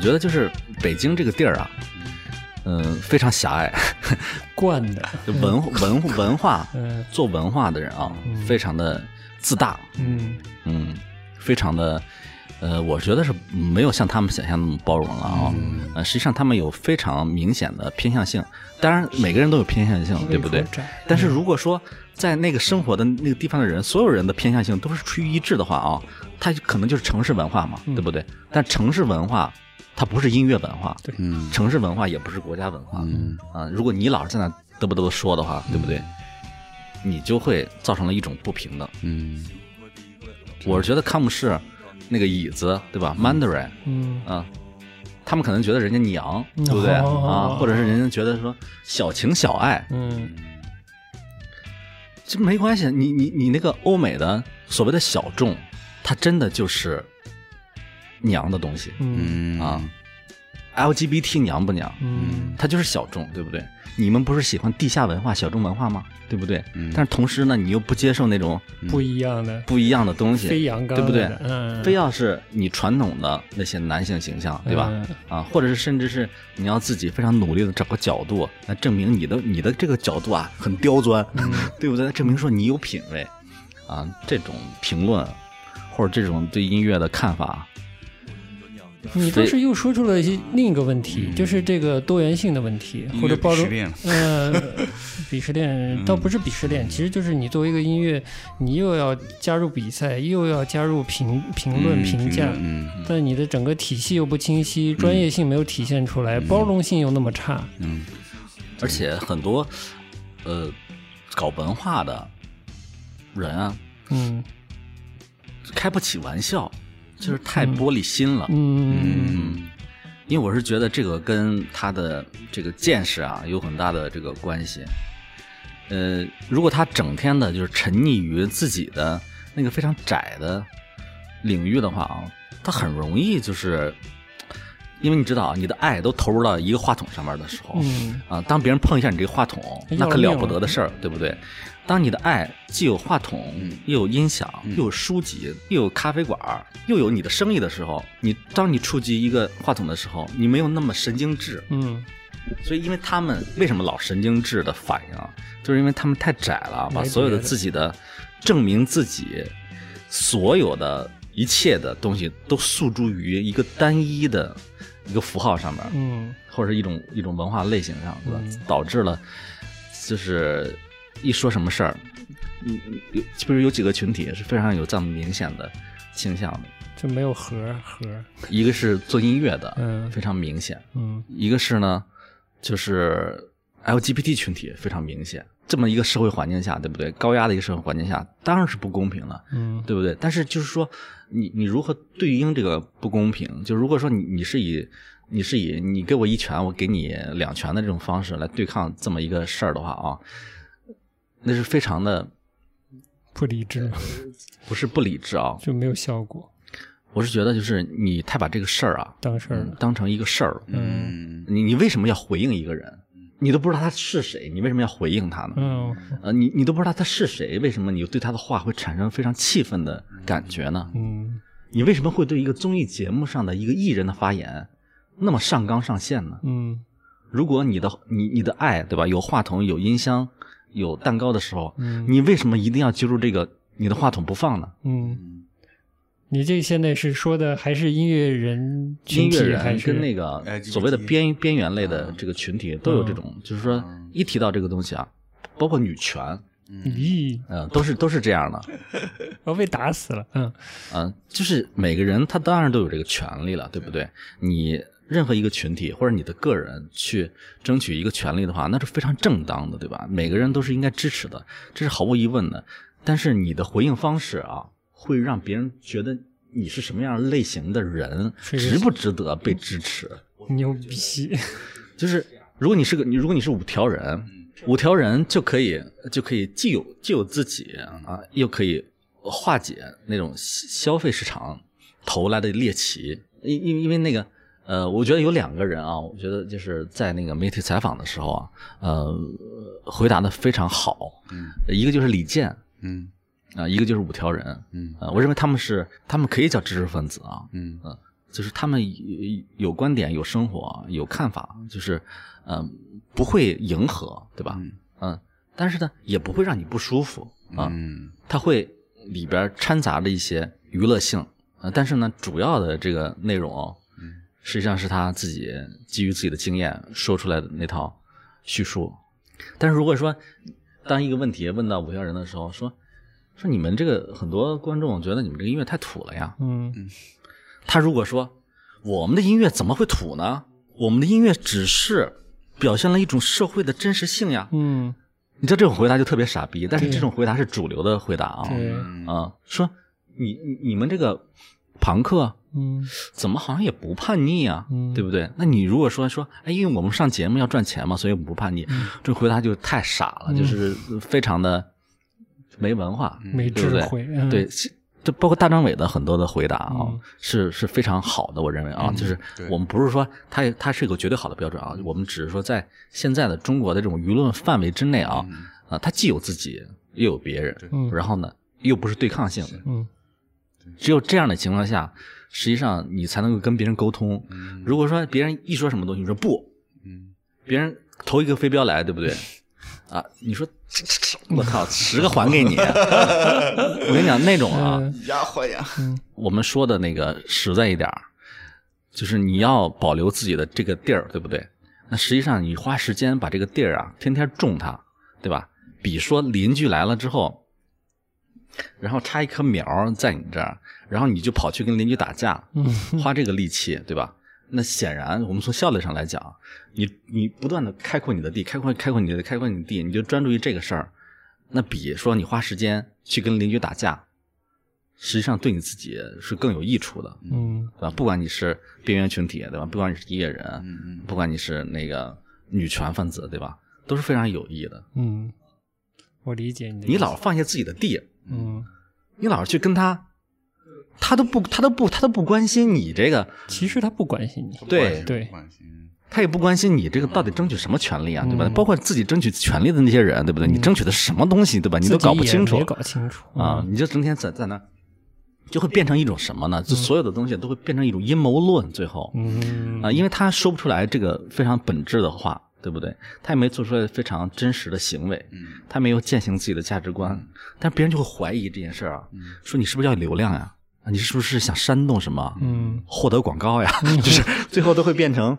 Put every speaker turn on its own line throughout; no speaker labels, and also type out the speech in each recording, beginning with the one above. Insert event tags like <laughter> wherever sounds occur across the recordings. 觉得就是北京这个地儿啊，嗯、非常狭隘，
惯的，
就 <laughs> 文文文化
嗯
做文化的人啊，非常的自大，
嗯
嗯，非常的，呃，我觉得是没有像他们想象那么包容了啊、
嗯
呃，实际上他们有非常明显的偏向性，当然每个人都有偏向性，对不对
胃口窄？
但是如果说在那个生活的那个地方的人，所有人的偏向性都是趋于一致的话啊，它可能就是城市文化嘛，对不对？但城市文化它不是音乐文化，
嗯对
嗯，城市文化也不是国家文化，嗯啊，如果你老是在那嘚啵嘚啵说的话，对不对？你就会造成了一种不平等，
嗯
我是觉得康姆士那个椅子，对吧？Mandarin
嗯
啊，他们可能觉得人家娘，对不对
哦
啊？或者是人家觉得说小情小爱，
嗯
这没关系。你你你那个欧美的所谓的小众，它真的就是娘的东西
嗯
嗯
啊。LGBT 娘不娘？
嗯
它就是小众，对不对？你们不是喜欢地下文化、小众文化吗？对不对？但是同时呢，你又不接受那种
不一样的，
不一样的东西，
飞阳刚
对不对
的？嗯，
非要是你传统的那些男性形象，对吧？
嗯
啊，或者是甚至是你要自己非常努力的找个角度来证明你的你的这个角度啊很刁钻，
嗯
<laughs> 对不对？证明说你有品位啊，这种评论或者这种对音乐的看法，
你倒是又说出了一另一个问题，就是这个多元性的问题，
音乐
或者包
鄙
容
视链。
呃，鄙视链倒不是鄙视链，其实就是你作为一个音乐，你又要加入比赛，又要加入评评论、评价，
嗯
但你的整个体系又不清晰，专业性没有体现出来，包容性又那么差。
嗯
而且很多呃搞文化的人啊，
嗯
开不起玩笑，就是太玻璃心了。
嗯
嗯，因为我是觉得这个跟他的这个见识啊有很大的这个关系。呃，如果他整天的就是沉溺于自己的那个非常窄的领域的话啊，他很容易就是，因为你知道啊，你的爱都投入到一个话筒上面的时候，
嗯
啊，当别人碰一下你这个话筒，那可了不得的事儿，对不对？当你的爱既有话筒，
嗯
又有音响，又有书籍，又有咖啡馆儿，又有你的生意的时候，你当你触及一个话筒的时候，你没有那么神经质，
嗯，
所以因为他们为什么老神经质的反应啊，就是因为他们太窄了，
没
把所有的
别的
自己的证明自己所有的一切的东西都诉诸于一个单一的一个符号上面，
嗯
或者是一种一种文化类型上，对吧？导致了就是一说什么事儿，嗯，有比如有几个群体是非常有这么明显的倾向的，
就没有核儿核儿。
一个是做音乐的，
嗯
非常明显；
嗯
一个是呢，就是 LGBT 群体非常明显。这么一个社会环境下，对不对？高压的一个社会环境下，当然是不公平了。
嗯
对不对？但是就是说，你你如何对应这个不公平？就如果说你你是以你是以你给我一拳，我给你两拳的这种方式来对抗这么一个事儿的话啊，那是非常的
不理智嘛，
不是不理智啊。
就没有效果，
我是觉得就是你太把这个事儿啊
当事儿
嗯
了。
当成一个事儿了。
嗯
嗯
你你为什么要回应一个人？你都不知道他是谁，你为什么要回应他呢？
嗯
呃，你你都不知道他是谁，为什么你对他的话会产生非常气愤的感觉呢？
嗯
你为什么会对一个综艺节目上的一个艺人的发言那么上纲上线呢？
嗯
如果你的你你的爱对吧，有话筒、有音箱、有蛋糕的时候，
嗯
你为什么一定要揪住这个你的话筒不放呢？
嗯，你这现在是说的还是音乐人群
音乐
体，还
人
是
跟那个
LGBT
所谓的边边缘类的这个群体都有这种，就是说一提到这个东西啊，包括女权，
咦，
嗯、都是都是这样的，
我要被打死了。嗯
嗯，就是每个人他当然都有这个权利了，对不对？你任何一个群体或者你的个人去争取一个权利的话，那是非常正当的，对吧？每个人都是应该支持的，这是毫无疑问的。但是你的回应方式啊，会让别人觉得你是什么样类型的人，
是
值不值得被支持？
嗯牛逼！
就是如果你是个你，如果你是五条人，五条人就可以就可以既有既有自己啊，又可以化解那种消消费市场投来的猎奇，因因因为那个。呃，我觉得有两个人啊，我觉得就是在那个媒体采访的时候啊，呃，回答的非常好。
嗯，
一个就是李健啊、
嗯
一个就是五条人。
嗯
呃，我认为他们是他们可以叫知识分子啊，
嗯
嗯，就是他们有观点、有生活、有看法，就是嗯、不会迎合，对吧？
嗯
嗯，但是呢，也不会让你不舒服啊。
嗯
它会里边掺杂着一些娱乐性，呃，但是呢，主要的这个内容哦，
嗯
实际上是他自己基于自己的经验说出来的那套叙述。但是如果说当一个问题问到五条人的时候，说说你们这个很多观众觉得你们这个音乐太土了呀，
嗯，
他如果说我们的音乐怎么会土呢？我们的音乐只是表现了一种社会的真实性呀。
嗯，
你知道这种回答就特别傻逼，但是
对
这种回答是主流的回答啊。
对，嗯
啊，说你你你们这个朋克
嗯
怎么好像也不叛逆啊，
嗯
对不对？那你如果说说，哎，因为我们上节目要赚钱嘛，所以我们不叛逆，这回答就太傻了，
嗯
就是非常的没文化，
没
对不
智
对
慧，嗯
对，其就包括大张伟的很多的回答啊、
嗯
是是非常好的，我认为啊，就是
对
我们不是说他他是一个绝对好的标准啊，我们只是说在现在的中国的这种舆论范围之内啊，
嗯
啊，他既有自己又有别人，
嗯
然后呢又不是对抗性的，
嗯
只有这样的情况下，实际上你才能够跟别人沟通。如果说别人一说什么东西，你说不，
嗯
别人投一个飞镖来，对不对？啊，你说， <laughs> 这这这我靠，十个还给你。啊 <laughs> 我跟你讲，那种
<laughs>
啊，
嗯
呀坏呀，
我们说的那个实在一点儿，就是你要保留自己的这个地儿，对不对？那实际上你花时间把这个地儿啊，天天种它，对吧？比说邻居来了之后，然后插一棵苗儿在你这儿，然后你就跑去跟邻居打架，
嗯
花这个力气，对吧？那显然，我们从效率上来讲，你你不断的开阔你的地，开阔开阔你的开阔你的地，你就专注于这个事儿，那比说你花时间去跟邻居打架，实际上对你自己是更有益处的，
嗯
对吧？不管你是边缘群体，对吧？不管你是音乐人，
嗯嗯
不管你是那个女权分子，对吧？都是非常有益的。
嗯，我理解你的意思，
你老放下自己的地，
嗯，
你老去跟他，他都不他都不他都不关心你这个，
其实他不关心你，
对
对，
他也不关心你这个到底争取什么权利啊，对吧？
嗯
包括自己争取权利的那些人，对不对？你争取的是什么东西，对吧？你都
自己
搞不
也
清楚
没搞嗯清楚
啊！，你就整天在在那，就会变成一种什么呢？就所有的东西都会变成一种阴谋论，最后
嗯
啊，因为他说不出来这个非常本质的话，对不对？他也没做出来非常真实的行为，
嗯
他没有践行自己的价值
嗯
观，但别人就会怀疑这件事儿啊，说你是不是要流量呀？啊你是不是想煽动什么？
嗯，
获得广告呀， <laughs> 就是最后都会变成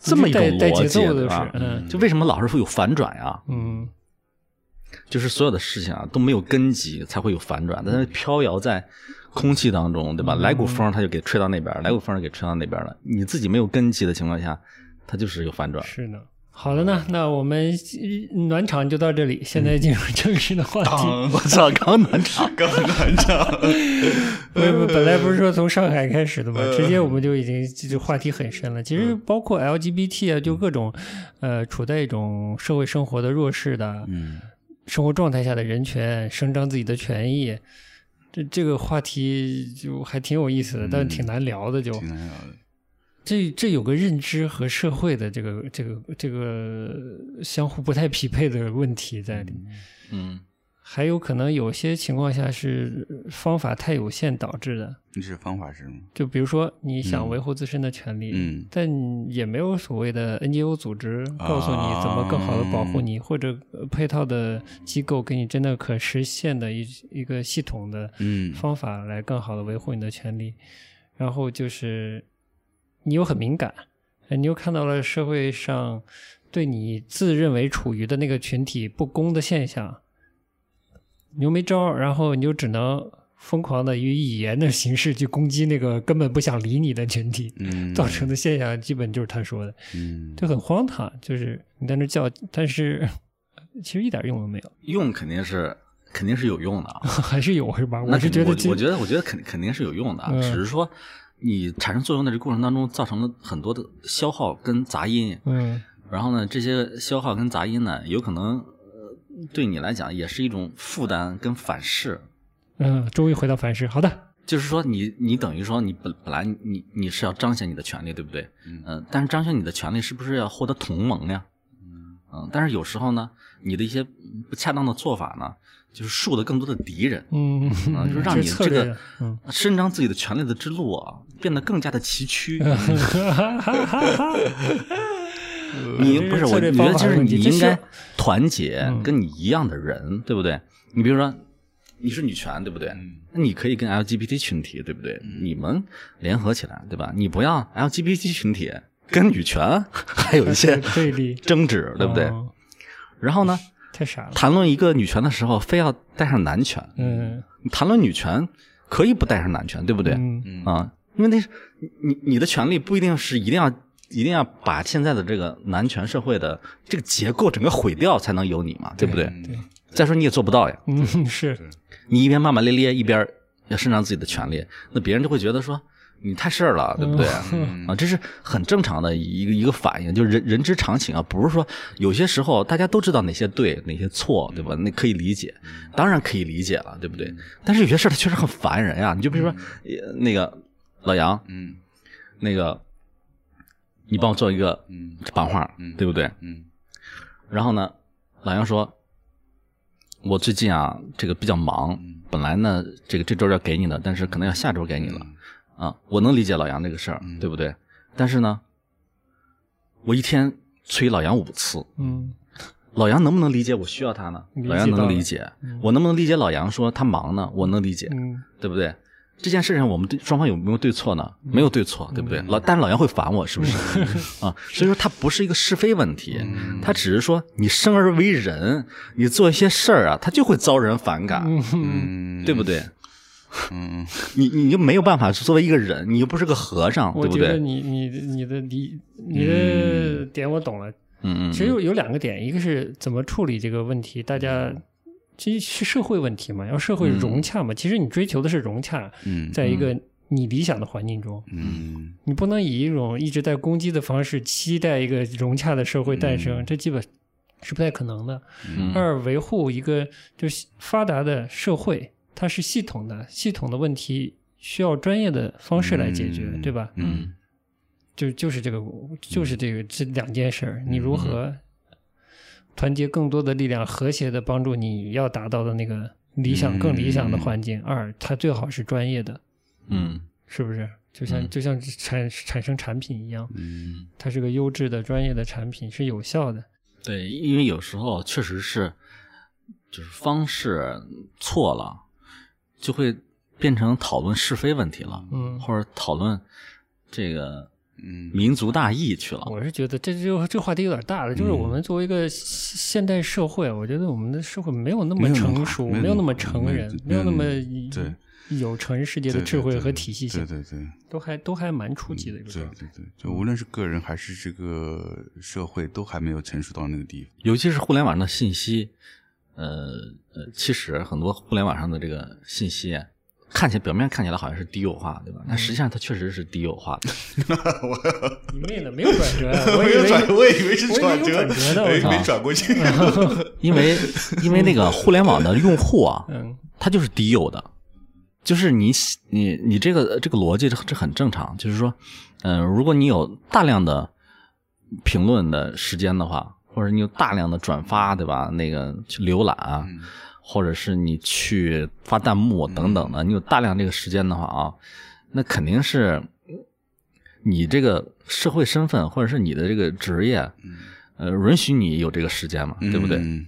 这么一种
带嗯带
逻
节
辑，啊
奏
对
的
吧
是，？嗯
就为什么老是会有反转呀？
嗯
就是所有的事情啊都没有根基，才会有反转，但它飘摇在空气当中，对吧？
嗯
来股风它就给吹到那边，来股风就给吹到那边了。你自己没有根基的情况下，它就是有反转。
是的。好的呢，那我们呃暖场就到这里，现
嗯
在进入正式的话题。
<laughs>
啊
我操，刚暖
<laughs>
场，
刚刚讲，
不不，本来不是说从上海开始的嘛，直接我们就已经这就话题很深了。其实
嗯
包括 LGBT 啊，就各种呃处在一种社会生活的弱势的，
嗯，
生活状态下的人权，伸张自己的权益，这这个话题就还挺有意思的，
嗯
但挺难聊的就。
挺难聊的，
这这有个认知和社会的这个这个这个相互不太匹配的问题在里面。
嗯，
还有可能有些情况下是方法太有限导致的，
你是方法是吗？
就比如说你想维护自身的权利，
嗯
但也没有所谓的 NGO 组织告诉你怎么更好的保护你，或者呃配套的机构给你真的可实现的一一个系统的
嗯
方法来更好的维护你的权利。然后就是你又很敏感，呃你又看到了社会上对你自认为处于的那个群体不公的现象，你又没招儿，然后你就只能疯狂的以语言的形式去攻击那个根本不想理你的群体，
嗯，
造成的现象基本就是他说的，
嗯
就很荒唐。就是你在那叫，但是其实一点用都没有，
用肯定是肯定是有用的啊。
还是有是吧？
那
我是
肯定
觉得
我
这
我觉得，我觉得肯肯定是有用的啊，
嗯
只是说你产生作用的这个过程当中，造成了很多的消耗跟杂音。
嗯
然后呢，这些消耗跟杂音呢，有可能呃对你来讲也是一种负担跟反噬。
嗯，终于回到凡世。好的，
就是说你，你等于说你本本来你你是要彰显你的权利，对不对？
嗯
呃但是彰显你的权利是不是要获得同盟呀？嗯，但是有时候呢，你的一些不恰当的做法呢，就是树的更多的敌人，
嗯，
啊，就是让你
策
这
略
个 <laughs>
嗯，
伸张自己的权利的之路啊，变得更加的崎岖。
嗯
你不是
这是策
我，
略
你觉得
方法
就是
问题
你
这
应
是
<laughs> 该团结
嗯
跟你一样的人，对不对？你比如说你是女权，对不对？
嗯
那你可以跟 LGBT 群体，对不对？
嗯
你们联合起来，对吧？你不要 LGBT 群体跟女权 <laughs> 还有一些
对立，
争执， <laughs> 对不对？
哦
然后呢，
太傻了，
谈论一个女权的时候，非要带上男权；
嗯，
谈论女权可以不带上男权，对不对？
嗯
嗯
啊，因为那是你你你的权利不一定是一定要一定要把现在的这个男权社会的这个结构整个毁掉才能有你嘛，对不对？
对，
再说你也做不到呀，
嗯， <laughs>
啊
是，
你一边骂骂咧咧，一边要伸张自己的权利，那别人就会觉得说你太事儿了，对不对？啊，这是很正常的一个一个反应，就是人人之常情啊，不是说有些时候大家都知道哪些对哪些错，对吧？那可以理解，当然可以理解了，对不对？但是有些事儿它确实很烦人呀、你就比如说、呃那个老杨，
嗯
那个，你帮我做一个
嗯
版画，
嗯
对不对？
嗯
然后呢，老杨说，我最近啊这个比较忙
嗯，
本来呢这个这周要给你的，但是可能要下周给你了啊。我能理解老杨这个事儿，
嗯
对不对？但是呢，我一天催老杨五次，
嗯
老杨能不能理解我需要他呢？
理解
老杨
到
能
了
理解
嗯，
我能不能理解老杨说他忙呢？我能理解，
嗯，
对不对？这件事情我们对双方有没有对错呢？
嗯
没有对错，对不对？老但是老杨会烦我，是不是？ <laughs> 啊，所以说它不是一个是非问题，
嗯
它只是说你生而为人，你做一些事儿啊，它就会遭人反感，
嗯
啊对不？对？
嗯嗯
你你就没有办法作为一个人，你又不是个和尚，
<laughs> 我
对不
觉得
对？
你你你的理你的点我懂了，
嗯嗯
其实有有两个点，一个是怎么处理这个问题，大家其实是社会问题嘛，要社会融洽
嗯
嘛。其实你追求的是融洽，
嗯
在一个你理想的环境中，
嗯
你不能以一种一直在攻击的方式期待一个融洽的社会诞生，
嗯
这基本是不太可能的。
嗯
二，维护一个就是发达的社会，它是系统的，系统的问题需要专业的方式来解决，
嗯
对吧？
嗯
就就是这个，就是这个这两件事儿，你
嗯
如何团结更多的力量，和谐的帮助你要达到的那个理
嗯
想更理想的环境。二，它最好是专业的，
嗯
是不是？就像
嗯
就像产产生产品一样，
嗯
它是个优质的专业的产品，是有效的。
对，因为有时候确实是，就是方式错了，就会变成讨论是非问题了，
嗯，
或者讨论这个
嗯
民族大义去了。
我是觉得这就这话题有点大了，就是我们作为一个现现代社会，我觉得我们的社会没有那么
没有那么
成
好
熟，
没有
没有
那
那
么
么
好
成
没有
人，没
没
有
有
那
那
么
么对
有成人世界的智慧和体系性
对。对对。
都还都还蛮初级的一个
对
状态。
对对，就无论是个人还是这个社会，都还没有成熟到那个地方。
尤其是互联网上的信息，呃呃，其实很多互联网上的这个信息，看起来表面看起来好像是低幼化，对吧？但实际上它确实是低幼化
嗯
的。
你妹的，没有转折啊，我以为
<laughs> 我以为是
我以为有转折的我操
转过去。
因为因为那个互联网的用户
<laughs>
啊，
嗯
它就是低幼的，就是你你你这个这个逻辑这这很正常，就是说，嗯、如果你有大量的评论的时间的话，或者你有大量的转发，对吧？那个去浏览啊，或者是你去发弹幕等等的，你有大量这个时间的话啊，那肯定是你这个社会身份或者是你的这个职业，呃，允许你有这个时间嘛，对不对？
嗯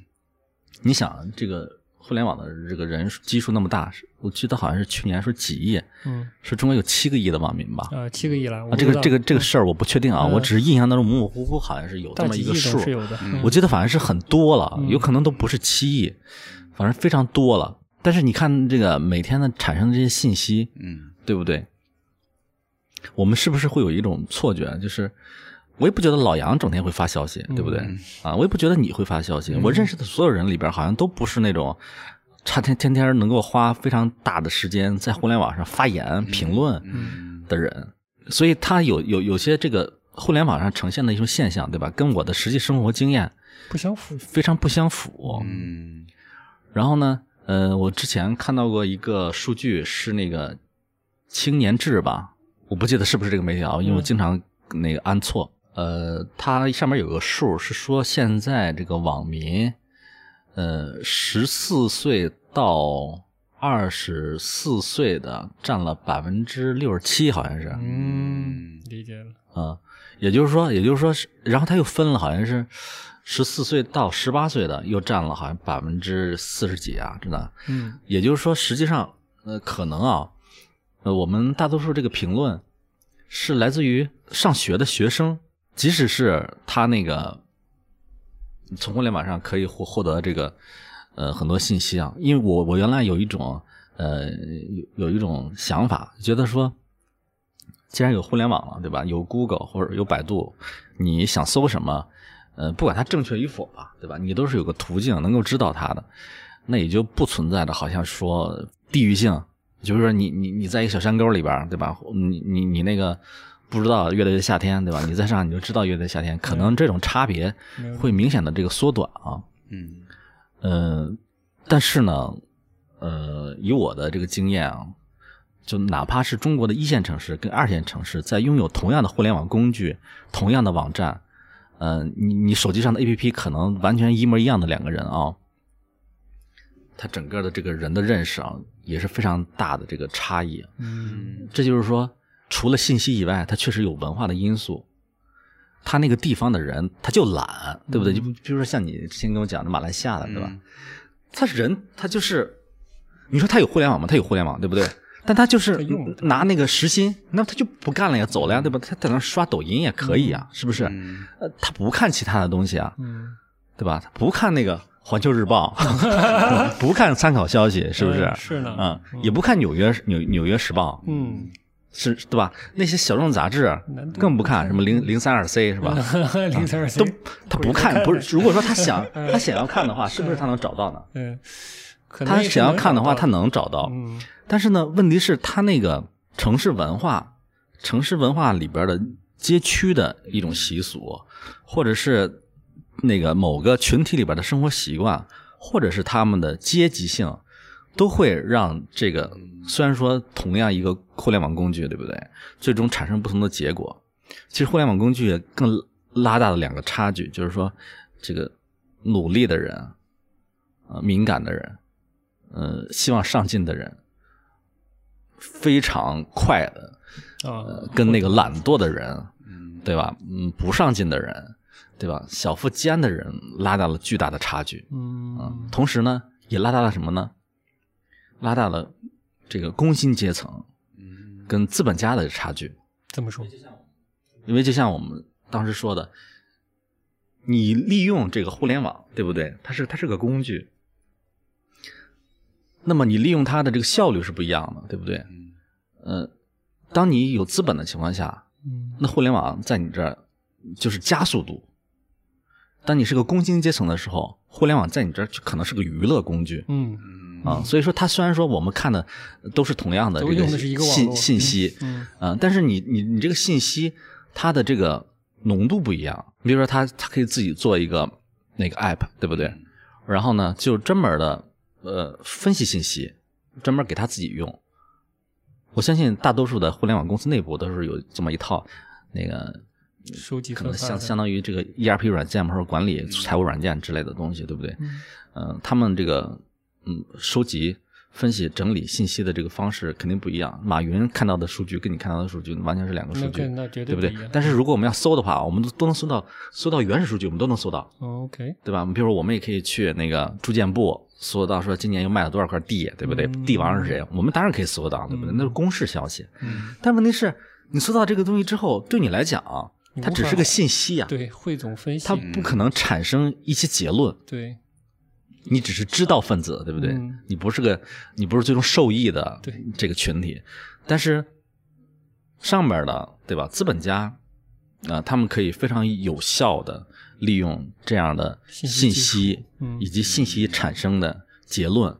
你想这个互联网的这个人数基数那么大，是我记得好像是去年说几亿，
嗯
是中国有七个亿的网民吧？
啊，七个亿了，
啊，
我
这
不
个
知道
这个这个事儿我不确定啊，
嗯
我只是印象当中模模糊糊好像是有这
大
么
几
一
亿
个
总
数，
是有的，嗯
我记得反正是很多了，
嗯
有可能都不是七亿，反正非常多了。但是你看这个每天的产生的这些信息，
嗯
对不对？我们是不是会有一种错觉，啊就是我也不觉得老杨整天会发消息，
嗯
对不对？啊，我也不觉得你会发消息。我认识的所有人里边，好像都不是那种差天天天能够花非常大的时间在互联网上发言、评论
嗯
的人。所以他有有有些这个互联网上呈现的一种现象，对吧？跟我的实际生活经验
不相符。
非常不相符。
嗯
然后呢，呃，我之前看到过一个数据，是那个啊青年志吧，我不记得是不是这个媒体啊，因为我经常那个按错。呃，它上面有个数是说现在这个网民，呃，十四岁到二十四岁的占了百分之六十七，好像是，
嗯，理解了。
啊，也就是说，也就是说是，然后他又分了，好像是十四岁到十八岁的又占了好像百分之四十几啊，真的。
嗯
也就是说，实际上，呃，可能啊，呃，我们大多数这个评论是来自于上学的学生，即使是他那个从互联网上可以获获得这个呃很多信息啊，因为我我原来有一种呃有有一种想法，觉得说，既然有互联网了，对吧？有 Google 或者有百度，你想搜什么，呃，不管它正确与否吧，对吧？你都是有个途径能够知道它的，那也就不存在的，好像说地域性，就是说你你你在一个小山沟里边儿，对吧？你你你那个。不知道乐队的夏天，对吧？你在上海你就知道乐队的夏天，可能这种差别
没有
会明显的这个缩短啊。
嗯
呃，但是呢，呃，以我的这个经验啊，就哪怕是中国的一线城市跟二线城市，在拥有同样的互联网工具、同样的网站，呃，你你手机上的 APP 可能完全一模一样的两个人啊，他整个的这个人的认识啊，也是非常大的这个差异。
嗯
这就是说，除了信息以外，它确实有文化的因素。他那个地方的人，他就懒，对不对？就比如说像你之前跟我讲的马来西亚的，对吧？他人他就是，你说他有互联网吗？他有互联网，对不对？
<laughs>
但他就是
他用
拿那个时薪，那他就不干了呀，走了呀，对吧？他在那刷抖音也可以啊，是不是？
嗯
呃，他不看其他的东西啊，
嗯，
对吧？他不看那个《环球日报》，不看参考消
<laughs>
息，是不是？
嗯是呢
嗯，也不看纽约纽纽约时报，
嗯，
是对吧？那些小众杂志
难道
更不看，什么
<laughs>
零零三二 C 是吧？
嗯零三二
<laughs>
三
啊都他不看，不是。如果说他想他想要看的话，是不是他能找到
<laughs>
呢？
嗯，可能
他
也是
想要
能
看的话，
找
他
到
能找到。
嗯
但是呢，问题是他那个城市文化，城市文化里边的街区的一种习俗，或者是那个某个群体里边的生活习惯，或者是他们的阶级性，都会让这个虽然说同样一个互联网工具，对不对？最终产生不同的结果。其实互联网工具更拉大了两个差距，就是说，这个努力的人，呃，敏感的人，呃，希望上进的人，非常快的，
啊
呃，跟那个懒惰的人，
嗯
对吧？嗯，不上进的人，对吧？小富即安的人拉大了巨大的差距。啊
嗯
同时呢，也拉大了什么呢？拉大了这个工薪阶层
嗯
跟资本家的差距。
这么说？
因为就像我们当时说的，你利用这个互联网，对不对？它是它是个工具，那么你利用它的这个效率是不一样的，对不对？
嗯
呃，当你有资本的情况下，
嗯
那互联网在你这儿就是加速度。当你是个工薪阶层的时候，互联网在你这儿就可能是个娱乐工具，
嗯
嗯
啊，所以说它虽然说我们看的都是同样的
都
这
用的是一个网
信
络
信息，
嗯
啊，但是你你你这个信息它的这个浓度不一样，比如说它它可以自己做一个那个 app，对不对？然后呢，就专门的呃分析信息，专门给他自己用。我相信大多数的互联网公司内部都是有这么一套那个
收集
可能
分发
相
的
相当于这个 ERP 软件嘛或者管理财务软件之类的东西，对不对？
嗯
嗯，他们这个嗯收集、分析、整理信息的这个方式肯定不一样。马云看到的数据跟你看到的数据完全是两个数
那
据
跟，那绝
对
不
不
一
对
样？。
但是如果我们要搜的话，我们都都能搜到，搜到原始数据，我们都能搜到，
哦 OK，
对吧？我们比如说，我们也可以去那个住建部搜到说今年又卖了多少块地，对不对？
嗯
地王是谁？我们当然可以搜到，对不对？
嗯
那是公示消息。
嗯，
但问题是，你搜到这个东西之后，对你来讲，
你
它
嗯无
只
法
是个信息啊，
对，汇总分析，
它不可能产生一些结论。
对
你只是知道分子，对不对？
嗯
你不是个，你不是最终受益的
对
这个群体，但是上面的对吧？资本家啊、呃他们可以非常有效的利用这样的
信息
信
技术
息，
嗯
以及信息产生的结论，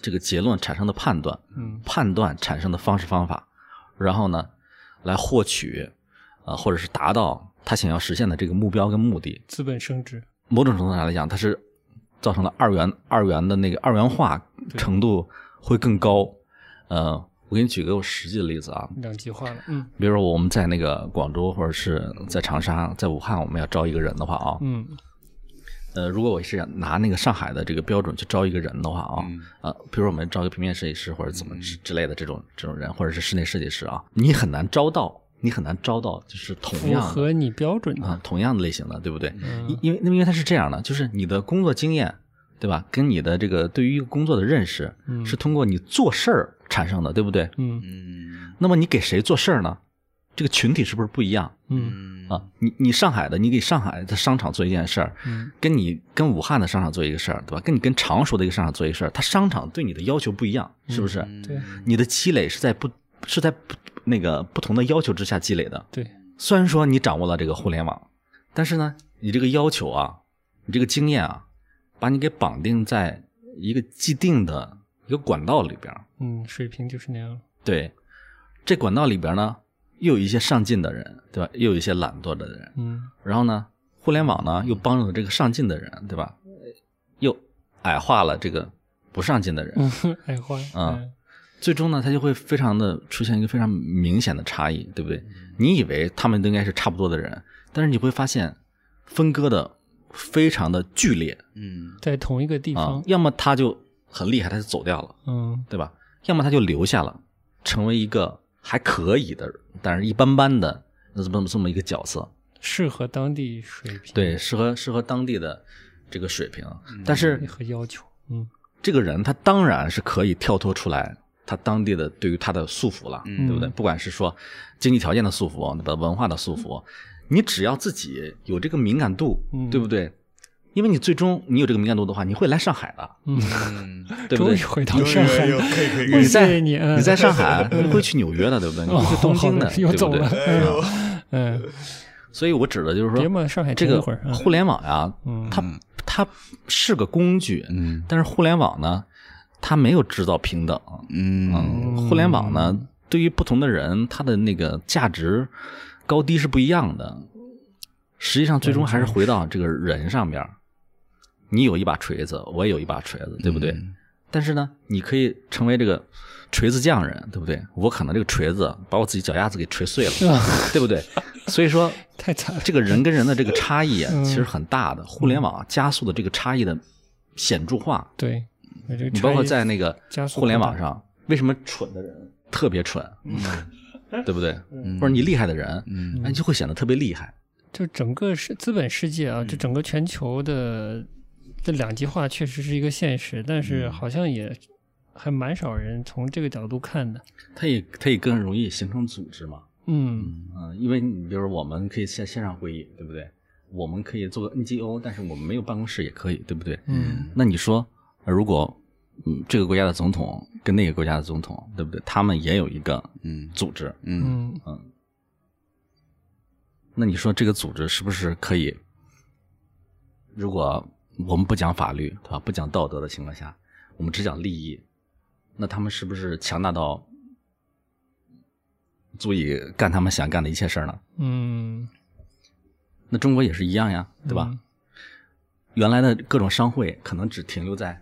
这个结论产生的判断，
嗯
判断产生的方式方法，然后呢，来获取啊、呃或者是达到他想要实现的这个目标跟目的。
资本升值，
某种程度上来讲，它是造成了二元二元的那个二元化程度会更高。呃，我给你举个我实际的例子啊，
两极化了，嗯
比如说我们在那个广州或者是在长沙、在武汉，我们要招一个人的话啊，
嗯
呃，如果我是拿那个上海的这个标准去招一个人的话啊，
嗯
呃，比如说我们招一个平面设计师或者
嗯
怎么之之类的这种这种人，或者是室内设计师啊，你很难招到，你很难招到就是同
符
样的
合你标准的，
啊，同样的类型的，对不对？因
嗯
因为因为它是这样的，就是你的工作经验，对吧？跟你的这个对于一个工作的认识，
嗯
是通过你做事儿产生的，对不对？
嗯
嗯
那么你给谁做事儿呢？这个群体是不是不一样
嗯
嗯
啊？你你上海的，你给上海的商场做一件事儿，
嗯
跟你跟武汉的商场做一个事儿，对吧？跟你跟常熟的一个商场做一个事儿，它商场对你的要求不一样，是不是？
嗯
对
你的积累是在不是在不那个不同的要求之下积累的，
对，
虽然说你掌握了这个互联网，但是呢，你这个要求啊，你这个经验啊，把你给绑定在一个既定的一个管道里边儿。
嗯，水平就是那样，
对，这管道里边呢，又有一些上进的人，对吧？又有一些懒惰的人。
嗯
然后呢，互联网呢又帮助了这个上进的人，对吧？又矮化了这个不上进的人。
嗯， <laughs> 爱哎花，
嗯最终呢，它就会非常的出现一个非常明显的差异，对不对？你以为他们都应该是差不多的人，但是你会发现分割的非常的剧烈
嗯
在同一个地
啊
方，，
要么他就很厉害，他就走掉了，
嗯
对吧？要么他就留下了，成为一个还可以的，但是一般般的那这么这么一个角色，
适合当地水平，
对，适合适合当地的这个水平。
嗯
但是
和要求，嗯
这个人他当然是可以跳脱出来他当地的对于他的束缚了，
嗯
对不对？不管是说经济条件的束缚，对吧？文化的束缚，你只要自己有这个敏感度，
嗯
对不对？因为你最终你有这个敏感度的话，你会来上海的，
嗯，
嗯，
对不
终
对
于？回到上海，
可以
谢
可
你
<laughs> 谢
在
你嗯
在上海，你会去纽约的，对不对？你
哦，
会去东京
好
的，
<laughs> 又
对
走
不
了
对？，
嗯，
所以我指的就是
别
说，
嘛，上海
这
停一
个
会儿啊，
互联网呀，
嗯
它它是个工具，
嗯
但是互联网呢，它没有制造平等，
嗯
嗯，互联网呢，对于不同的人，它的那个价值高低是不一样的。实际上，最终还是回到这个人上边儿。你有一把锤子，我也有一把锤子，对不对？
嗯
但是呢，你可以成为这个锤子匠人，对不对？我可能这个锤子把我自己脚丫子给锤碎
啊
了，对不对？所以说，
太惨了，
这个人跟人的这个差异
嗯
啊，其实很大的。互联网啊加速的这个差异的显著化，
对，我这个
你包括
差异
在那个
加速
互联
扩
网
大
上，为什么蠢的人特别蠢，对不对？
嗯
或者你厉害的人，
嗯
哎，你就会显得特别厉害。
就整个世资本世界
嗯
啊，就整个全球的这两极化确实是一个现实，但是
嗯
好像也还蛮少人从这个角度看的。
他也他也更容易形成组织嘛。
嗯
嗯，因为你比如说我们可以线线上会议，对不对？我们可以做个 NGO，但是我们没有办公室也可以，对不对？
嗯
那你说，呃如果嗯这个国家的总统跟那个国家的总统，对不对？他们也有一个
嗯
组织，
嗯
嗯
那你说这个组织是不是可以？如果我们不讲法律，对吧？不讲道德的情况下，我们只讲利益，那他们是不是强大到足以干他们想干的一切事儿呢？
嗯，
那中国也是一样呀，对吧？
嗯
原来的各种商会可能只停留在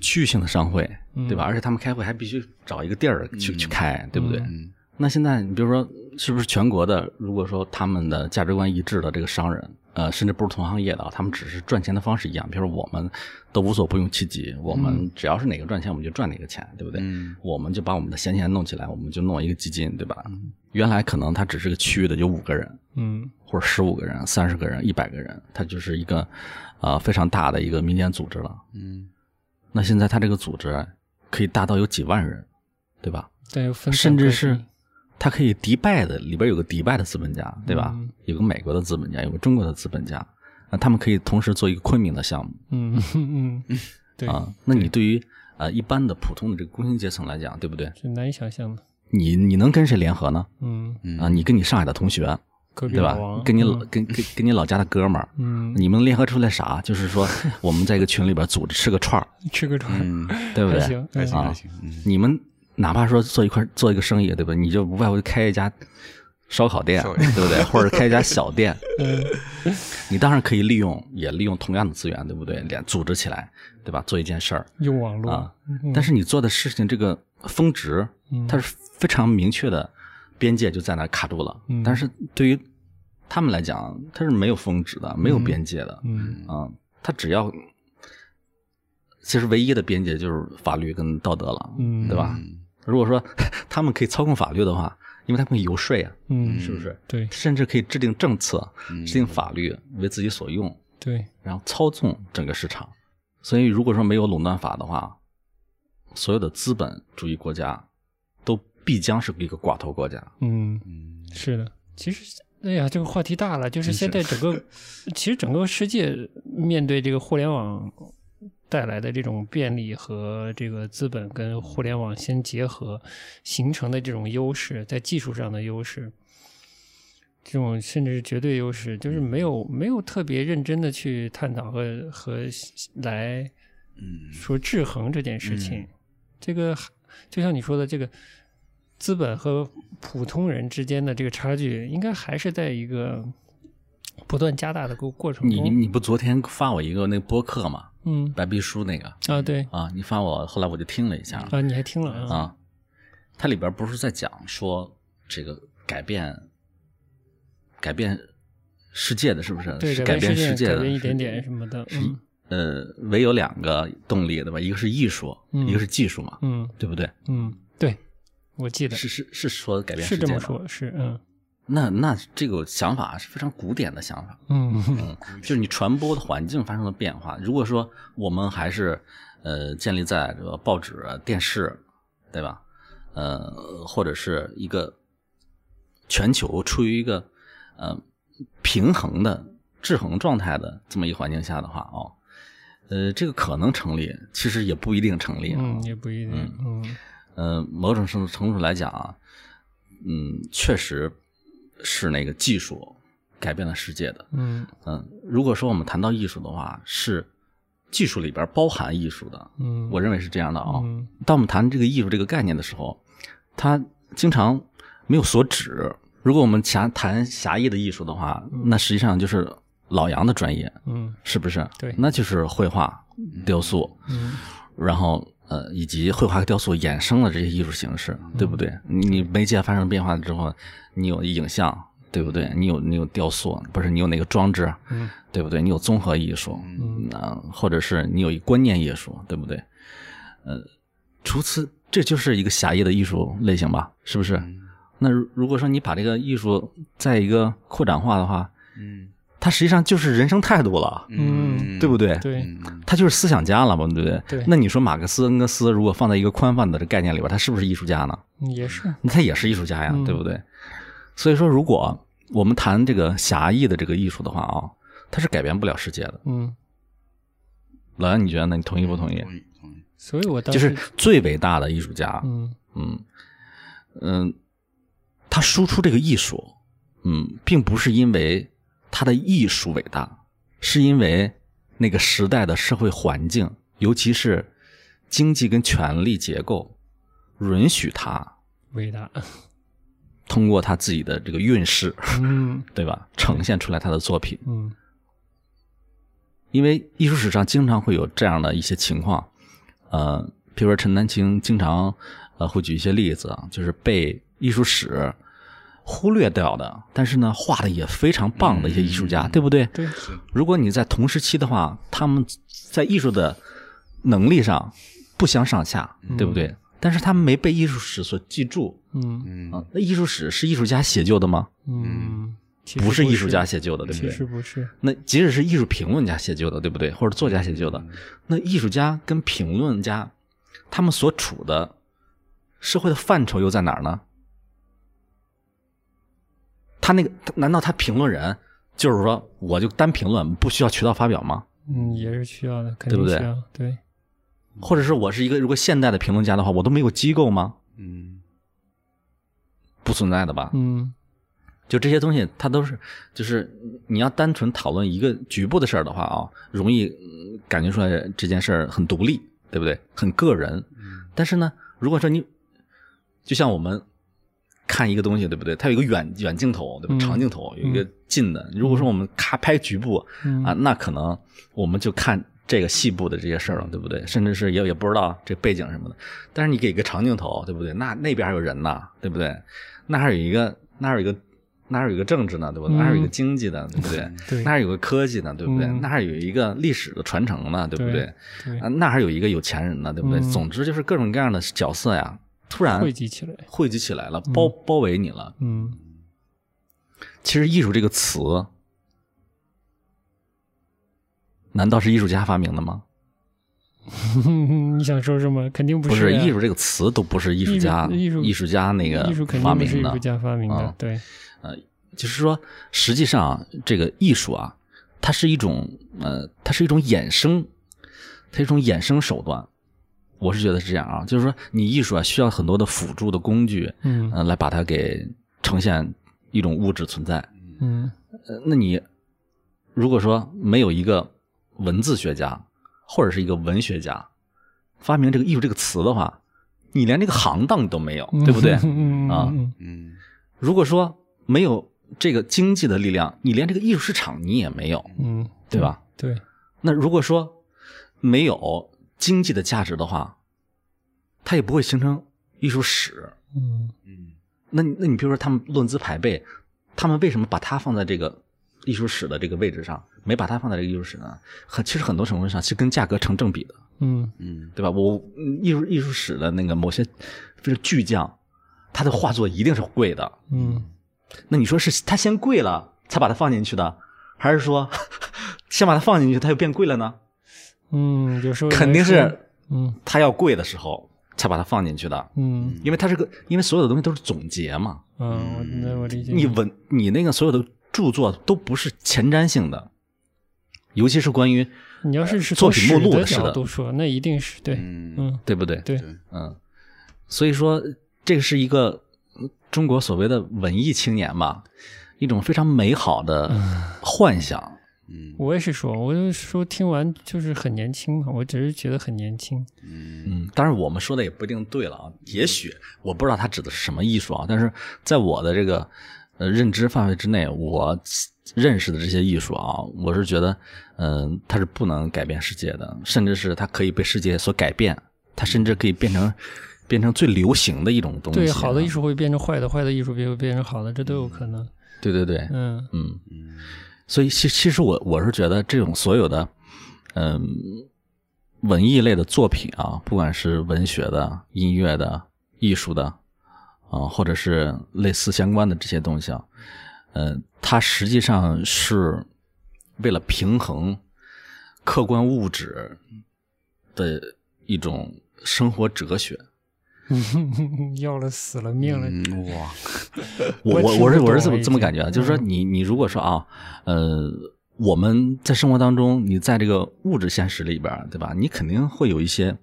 区域性的商会，
嗯
对吧？而且他们开会还必须找一个地儿去、
嗯
去开，对不对？
嗯
那现在你比如说，是不是全国的，如果说他们的价值观一致的这个商人，呃，甚至不是同行业的啊，他们只是赚钱的方式一样。比如说我们都无所不用其极，我们只要是哪个赚钱，我们就赚哪个钱，对不对？
嗯
我们就把我们的闲钱弄起来，我们就弄一个基金，对吧？
嗯
原来可能它只是个区域的，有五个人，
嗯
或者十五个人、三十个人、一百个人，它就是一个呃非常大的一个民间组织了。
嗯
那现在它这个组织可以大到有几万人，对吧？
再有分散
甚
各
至
地
是它可以迪拜的里边有个迪拜的资本家，对吧？
嗯
有个美国的资本家，有个中国的资本家，那他们可以同时做一个昆明的项目
嗯 <laughs> 嗯嗯，对，
啊。那你对于呃一般的普通的这个工薪阶层来讲，对不对？
是难以想象的。
你你能跟谁联合呢？
嗯，
嗯
啊，你跟你上海的同学，
隔壁
对
老
吧
王？
跟你老跟跟跟你老家的哥们儿，
嗯，
你们联合出来啥？ <laughs> 就是说我们在一个群里边组织吃个
<laughs>
串儿，
嗯吃个串儿
嗯，
对不
还
对？
行，
还行
嗯
还行，嗯
你们哪怕说做一块做一个生意，对吧？你就无外乎就开一家烧烤店
烧烤，店
对不对？或者开一家小店， <laughs>
嗯
你当然可以利用，也利用同样的资源，对不对？两组织起来，对吧？做一件事儿，
用网络
啊
嗯
但是你做的事情这个峰值
嗯，
它是非常明确的边界就在那儿卡住了。
嗯
但是对于他们来讲，它是没有峰值的，没有边界的。
嗯
啊，他只要其实唯一的边界就是法律跟道德了，
嗯
对吧？如果说 <laughs> 他们可以操控法律的话，因为他们游说啊，
嗯
是不是？
对
甚至可以制定政策、
嗯
制定法律为自己所用，
对
然后操纵整个市场。所以，如果说没有垄断法的话，所有的资本主义国家都必将是一个寡头国家。
嗯
嗯
是的，其实。哎呀，这个话题大了，就是
真是
现在整个， <laughs> 其实整个世界面对这个互联网带来的这种便利和这个资本跟互联网相结合形成的这种优势，在技术上的优势，这种甚至是绝对优势，就是没有没有特别认真的去探讨和和来
嗯
说制衡这件事情，
嗯
这个就像你说的，这个资本和普通人之间的这个差距，应该还是在一个不断加大的过过程
你
中。
你你不昨天发我一个那个播客吗？
嗯
白皮书那个
啊，对
啊，你发我，后来我就听了一下，
啊，你还听了啊？
啊，它里边不是在讲说这个改变改变世界的，是不是？
对，
是
改
变世
世
界
改
的，
变一
是
点点什么的。嗯
呃，唯有两个动力，对吧？一个是艺术，
嗯
一个是技术嘛，
嗯
对不对？
嗯，对，我记得
是是是说改变世
是
界
这么
吗。
说，是嗯
那那这个想法是非常古典的想法，
嗯
就是你传播的环境发生了变化。如果说我们还是呃建立在这个报纸、啊电视，对吧？呃，或者是一个全球处于一个呃平衡的制衡状态的这么一个环境下的话，哦，呃，这个可能成立，其实也不一定成立。啊
嗯，也不一定。嗯
呃，某种程度程度来讲啊，嗯，确实是那个技术改变了世界的。
嗯
嗯，如果说我们谈到艺术的话，是技术里边包含艺术的，
嗯，
我认为是这样的啊、
嗯
当我们谈这个艺术这个概念的时候，它经常没有所指。如果我们狭谈狭义的艺术的话，那实际上就是老杨的专业，
嗯
是不是？
对
那就是绘画、雕塑，
嗯
然后呃，以及绘画、雕塑衍生了这些艺术形式，
嗯
对不对？你你媒介发生变化之后，你有影像，对不对？你有你有雕塑，不是你有那个装置，
嗯
对不对？你有综合艺术，
嗯
那、或者是你有一观念艺术，对不对？呃，除此这就是一个狭义的艺术类型吧，是不是？
嗯
那如如果说你把这个艺术在一个扩展化的话，
嗯
它实际上就是人生态度了，
嗯
对不对？
对
嗯
他就是思想家了嘛，对不对？
对
那你说马克思、恩格斯如果放在一个宽泛的这概念里边，他是不是艺术家呢？
嗯也是
那他也是艺术家呀，
嗯
对不对？所以说，如果我们谈这个狭义的这个艺术的话啊，它是改变不了世界的。
嗯，
老杨，你觉得呢？你同意不同意？
同意同意
所以我嗯当
就
时
是最伟大的艺术家，
嗯
嗯嗯，他输出这个艺术，嗯，并不是因为他的艺术伟大，是因为那个时代的社会环境，尤其是经济跟权力结构，允许他
伟大。
通过他自己的这个运势，
嗯
对吧，呈现出来他的作品。
嗯
因为艺术史上经常会有这样的一些情况，呃，比如说陈丹青经常呃会举一些例子啊，就是被艺术史忽略掉的，但是呢画的也非常棒的一些艺术家，
嗯
对不对？
对。
如果你在同时期的话，他们在艺术的能力上不相上下，对不对？但是他们没被艺术史所记住
嗯
啊、
嗯
那艺术史是艺术家写就的吗？
嗯，其实
不
不
是艺术家，写就的，对不
其
对？
实不是，
那即使是艺术评论家写就的，对不对？或者作家写就的，那艺术家跟评论家，他们所处的社会的范畴又在哪儿呢？他那个，他难道他评论人就是说我就单评论，不需要渠道发表吗？
嗯，也是需要的，肯
对不
定
对
需要，对，
或者是我是一个如果现代的评论家的话，我都没有机构吗？
嗯
不存在的吧？
嗯
就这些东西，它都是就是你要单纯讨论一个局部的事儿的话啊，容易嗯感觉出来这件事儿很独立，对
嗯
不对？很个人。但是呢，如果说你就像我们看一个东西，对不对？它有一个远远镜头，对吧？
嗯
长镜头有一个近的。如果说我们咔拍局部
嗯
啊，那可能我们就看这个细部的这些事儿了，对不对？甚至是也也不知道这背景什么的。但是你给个长镜头，对不对？那那边还有人呢，对不对？那还有一个，那还有一个，那还有一个政治呢，对吧？
嗯
那还有一个经济呢，对不对？
对
那还有个科技呢，对不对？
嗯
那还有一个历史的传承呢，对不
对
对？
对
啊，那还有一个有钱人呢，对不对？
嗯
总之就是各种各样的角色呀，突然
汇集起来，
汇集起来了，包包围你了。
嗯
其实“艺术”这个词，难道是艺术家发明的吗？
你想说什么？肯定
不
是
是，
啊
艺术这个词都不是艺术家
艺术
艺术家那个
艺术肯
发
定不是
明
艺
的
术。家发明的
啊，
对，
就是说，实际上啊这个艺术啊，它是一种呃，它是一种衍生，它是一种衍生手段。我是觉得是这样啊，就是说，你艺术啊需要很多的辅助的工具，
嗯
呃，来把它给呈现一种物质存在。
嗯
呃，那你如果说没有一个文字学家或者是一个文学家发明这个“艺术”这个词的话，你连这个行当你都没有，对不
<laughs>
对？
嗯嗯
啊
嗯
嗯
如果说没有这个经济的力量，你连这个艺术市场你也没有，
嗯，
对吧？
对，
那如果说没有经济的价值的话，它也不会形成艺术史。
嗯
嗯
那你那你比如说他们论资排辈，他们为什么把它放在这个艺术史的这个位置上，没把它放在这个艺术史呢？很其实很多程度上是跟价格成正比的，
嗯
嗯
对吧？我嗯艺术艺术史的那个某些就是巨匠，他的画作一定是贵的。
嗯
那你说是他先贵了才把它放进去的，还是说 <laughs> 先把它放进去它又变贵了呢？
嗯，有时候
肯定
来说，
是
嗯
它要贵的时候才把它放进去的，
嗯
因为它是个因为所有的东西都是总结嘛。
嗯，我那我理解
你文你那个所有的著作都不是前瞻性的，尤其是关于
你要是是
呃作
从
品目
史
录
的
是
角
的
度说，那一定是对，
嗯
嗯
对不对？
对
对
嗯，所以说这个是一个嗯中国所谓的文艺青年吧，一种非常美好的幻想。
嗯
我也是说，我就说听完就是很年轻嘛，我只是觉得很年轻，
嗯
嗯，当然我们说的也不一定对了啊，也许我不知道他指的是什么艺术啊，但是在我的这个呃认知范围之内，我认识的这些艺术啊，我是觉得，嗯、它是不能改变世界的，甚至是它可以被世界所改变，它甚至可以变成变成最流行的一种东西。啊
对，好的艺，术会变成坏的，坏的艺术也会变成好的，这都有可能，
对对对，
嗯
嗯，
嗯
所以其其实我我是觉得这种所有的，嗯、文艺类的作品啊，不管是文学的、音乐的、艺术的，啊、或者是类似相关的这些东西啊，呃，它实际上是为了平衡客观物质的一种生活哲学。
嗯 <laughs> 要了死了命了，
嗯哇
我
我
我我
听
是
不
我是
懂
这么
已
这么
经
感觉的，啊就是说
嗯
你你如果说啊，呃，我们在生活当中，你在这个物质现实里边儿，对吧？你肯定会有一些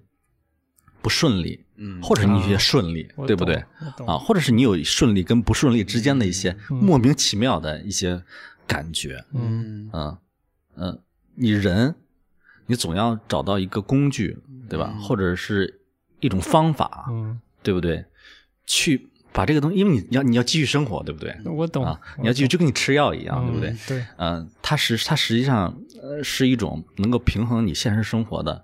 不顺利，
嗯
或者你有一些
啊
顺利，
我
对不
懂
对？
我懂
啊，或者是你有顺利跟不顺利之间的一些莫名其妙的一些感觉，
嗯
嗯
嗯嗯，你人你总要找到一个工具，对吧？或者是一种方法，
嗯，
对不对？去把这个东西，因为你要你要继续生活，对不对？
嗯我懂
啊，你要继续，就跟你吃药一样，对不对
哦嗯？？对，
嗯、它实它实际上呃是一种能够平衡你现实生活的，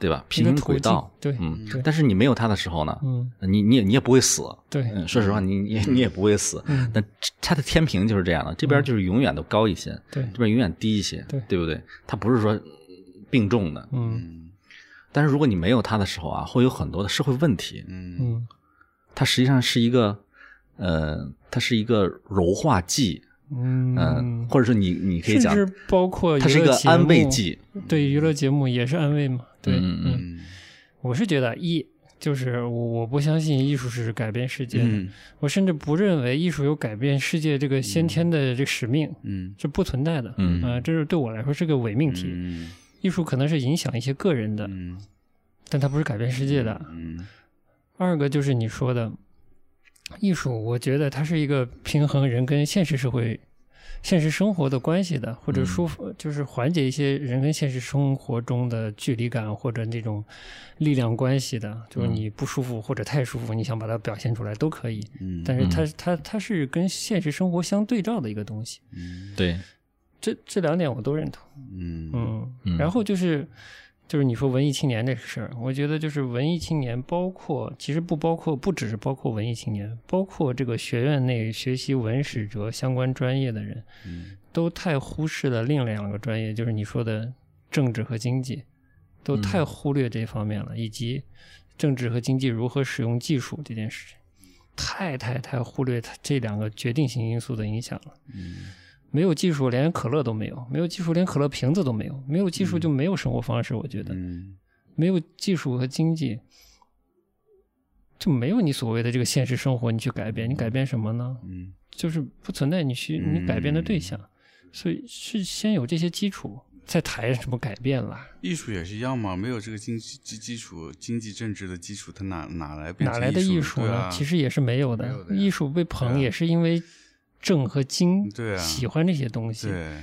对吧？平
一个
衡
途
轨
径
道，
对
嗯
对。
但是你没有它的时候呢，呃
嗯，
你你也你也不会死，
对，
嗯，说实话，你你你也不会死。
嗯
但这它的天平就是这样的，这边就是永远都高一些，
对
这边永远低一些，
嗯对
对不对？它不是说嗯并重的。
嗯
嗯
但是如果你没有它的时候啊，会有很多的社会问题，
嗯
嗯
它实际上是一个，呃，它是一个柔化剂，
嗯
嗯，或者说你你可以讲，
甚至包括
它是一
娱乐
个
节目
安慰剂，
对娱乐节目也是安慰嘛，对，
嗯嗯
嗯
我是觉得一就是我我不相信艺术是改变世界的，
嗯
我甚至不认为艺术有改变世界这个先天的这个使命，
嗯
是不存在的。
嗯
呃这是对我来说是个伪命题。
嗯
艺术可能是影响一些个人的，
嗯
但它不是改变世界的。
嗯
二个就是你说的艺术，我觉得它是一个平衡人跟现实社会现实生活的关系的，或者
嗯
舒服，就是缓解一些人跟现实生活中的距离感或者那种力量关系的，
嗯
就是你不舒服或者太舒服，你想把它表现出来都可以。
嗯，
但是它它它是跟现实生活相对照的一个东西，
嗯
对，
这这两点我都认同。
嗯
嗯
嗯，
然后就是就是你说文艺青年这个事儿，我觉得就是文艺青年，包括其实不包括不只是包括文艺青年，包括这个学院内学习文史哲相关专业的人，
嗯
都太忽视了另两个专业，就是你说的政治和经济，都太忽略这方面了，
嗯
以及政治和经济如何使用技术这件事情，太太太忽略它这两个决定性因素的影响了。
嗯
没有技术，连可乐都没有；没有技术，连可乐瓶子都没有；没有技术，就没有生活方式。我觉得，
嗯
没有技术和经济，就没有你所谓的这个现实生活，你去改变，你改变什么呢？
嗯
就是不存在你去
嗯
你改变的对象，所以是先有这些基础，再谈什么改变啦？
艺术也是一样嘛，没有这个经济基基础、经济政治的基础，它哪哪来变
哪
成
来的艺
术
术
对
呢？
啊，
其实也是没有的，
没有的呀啊
艺术被捧也是因为正和经
对啊
喜欢这些东西，
对，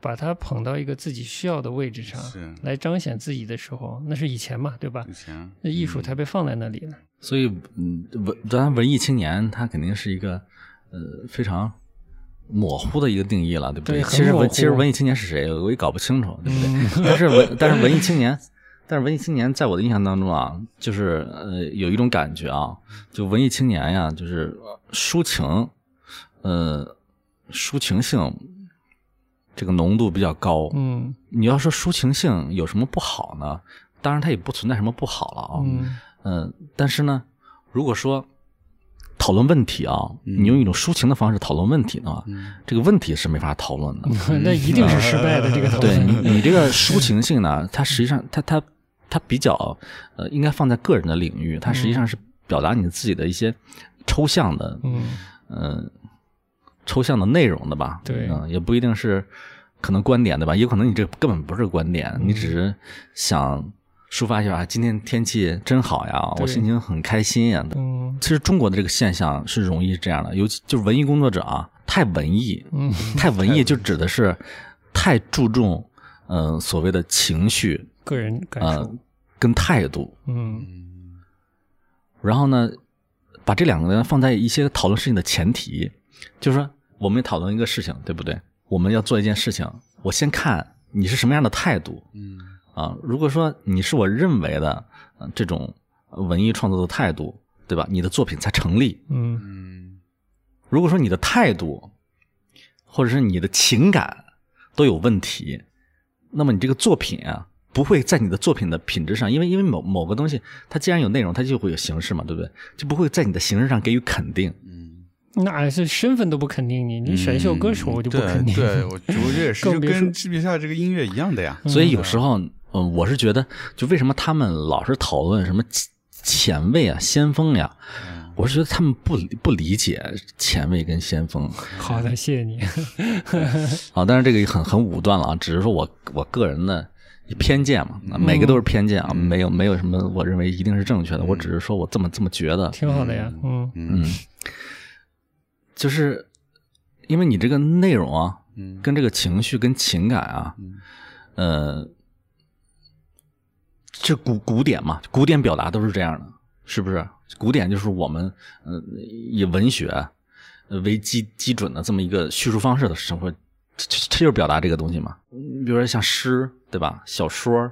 把它捧到一个自己需要的位置上
是，嗯
来彰显自己的时候，那是以前嘛，对吧
以？前
那艺术才被放在那里了。
所以嗯，文当然文艺青年他肯定是一个呃非常模糊的一个定义了，对不
对很
其实
模
文
糊嗯
其实文艺青年是谁，我也搞不清楚，对不对？但是文但是文艺青年，但是文艺青年在我的印象当中啊，就是呃有一种感觉啊，就文艺青年呀，就是抒情，呃抒情性这个浓度比较高，
嗯
你要说抒情性有什么不好呢？当然，它也不存在什么不好了啊。
嗯
嗯但是呢，如果说讨论问题啊，
嗯
你用一种抒情的方式讨论问题的话，
嗯
这个问题是没法讨论的。
嗯那一定是失败的这个讨 <laughs>
对
论。
你，你这个抒情性呢，它实际上它它它比较呃，应该放在个人的领域，它实际上是表达你自己的一些抽象的
嗯
嗯，抽象的内容的吧？
对
嗯，也不一定是可能观点对吧？也可能你这根本不是观点，
嗯
你只是想抒发一下啊，今天天气真好呀，
对
我心情很开心呀。
嗯
其实中国的这个现象是容易这样的，尤其就是文艺工作者啊，太文艺，
嗯
<laughs> 太文艺就指的是太注重嗯、呃所谓的情绪
个人感
呃
受。
跟态度，
嗯
嗯
然后呢，把这两个呢放在一些讨论事情的前提，就是说我们讨论一个事情，对不对？我们要做一件事情，我先看你是什么样的态度
嗯
啊。如果说你是我认为的、呃、这种文艺创作的态度，对吧？你的作品才成立。
嗯
嗯
如果说你的态度或者是你的情感都有问题，那么你这个作品啊不会在你的作品的品质上，因为因为某某个东西它既然有内容，它就会有形式嘛，对不对？就不会在你的形式上给予肯定。
嗯，
那哎是身份都不肯定你，你选秀歌
嗯
手我就不
对
肯定。
对，我我觉得也是，
更
就
别说
跟这边下这个音乐一样的呀。
所以有时候，嗯，我是觉得，就为什么他们老是讨论什么前前卫啊、先锋呀、
嗯
我是觉得他们不不理解前卫跟先锋。
<laughs> 好的，谢谢你。
啊，当然这个很很武断了啊，只是说我我个人的偏见嘛，那每个都是偏见啊，没有没有什么我认为一定是正确的，我只是说我这么这么觉得，
挺好的呀，嗯
嗯
嗯，
就是因为你这个内容啊，
嗯
跟这个情绪跟情感啊，
嗯
呃，这古古典嘛，古典表达都是这样的，是不是？古典就是我们呃以文学呃为基基准的这么一个叙述方式的生活，这这这就是表达这个东西嘛。嗯比如说像诗，对吧？小说，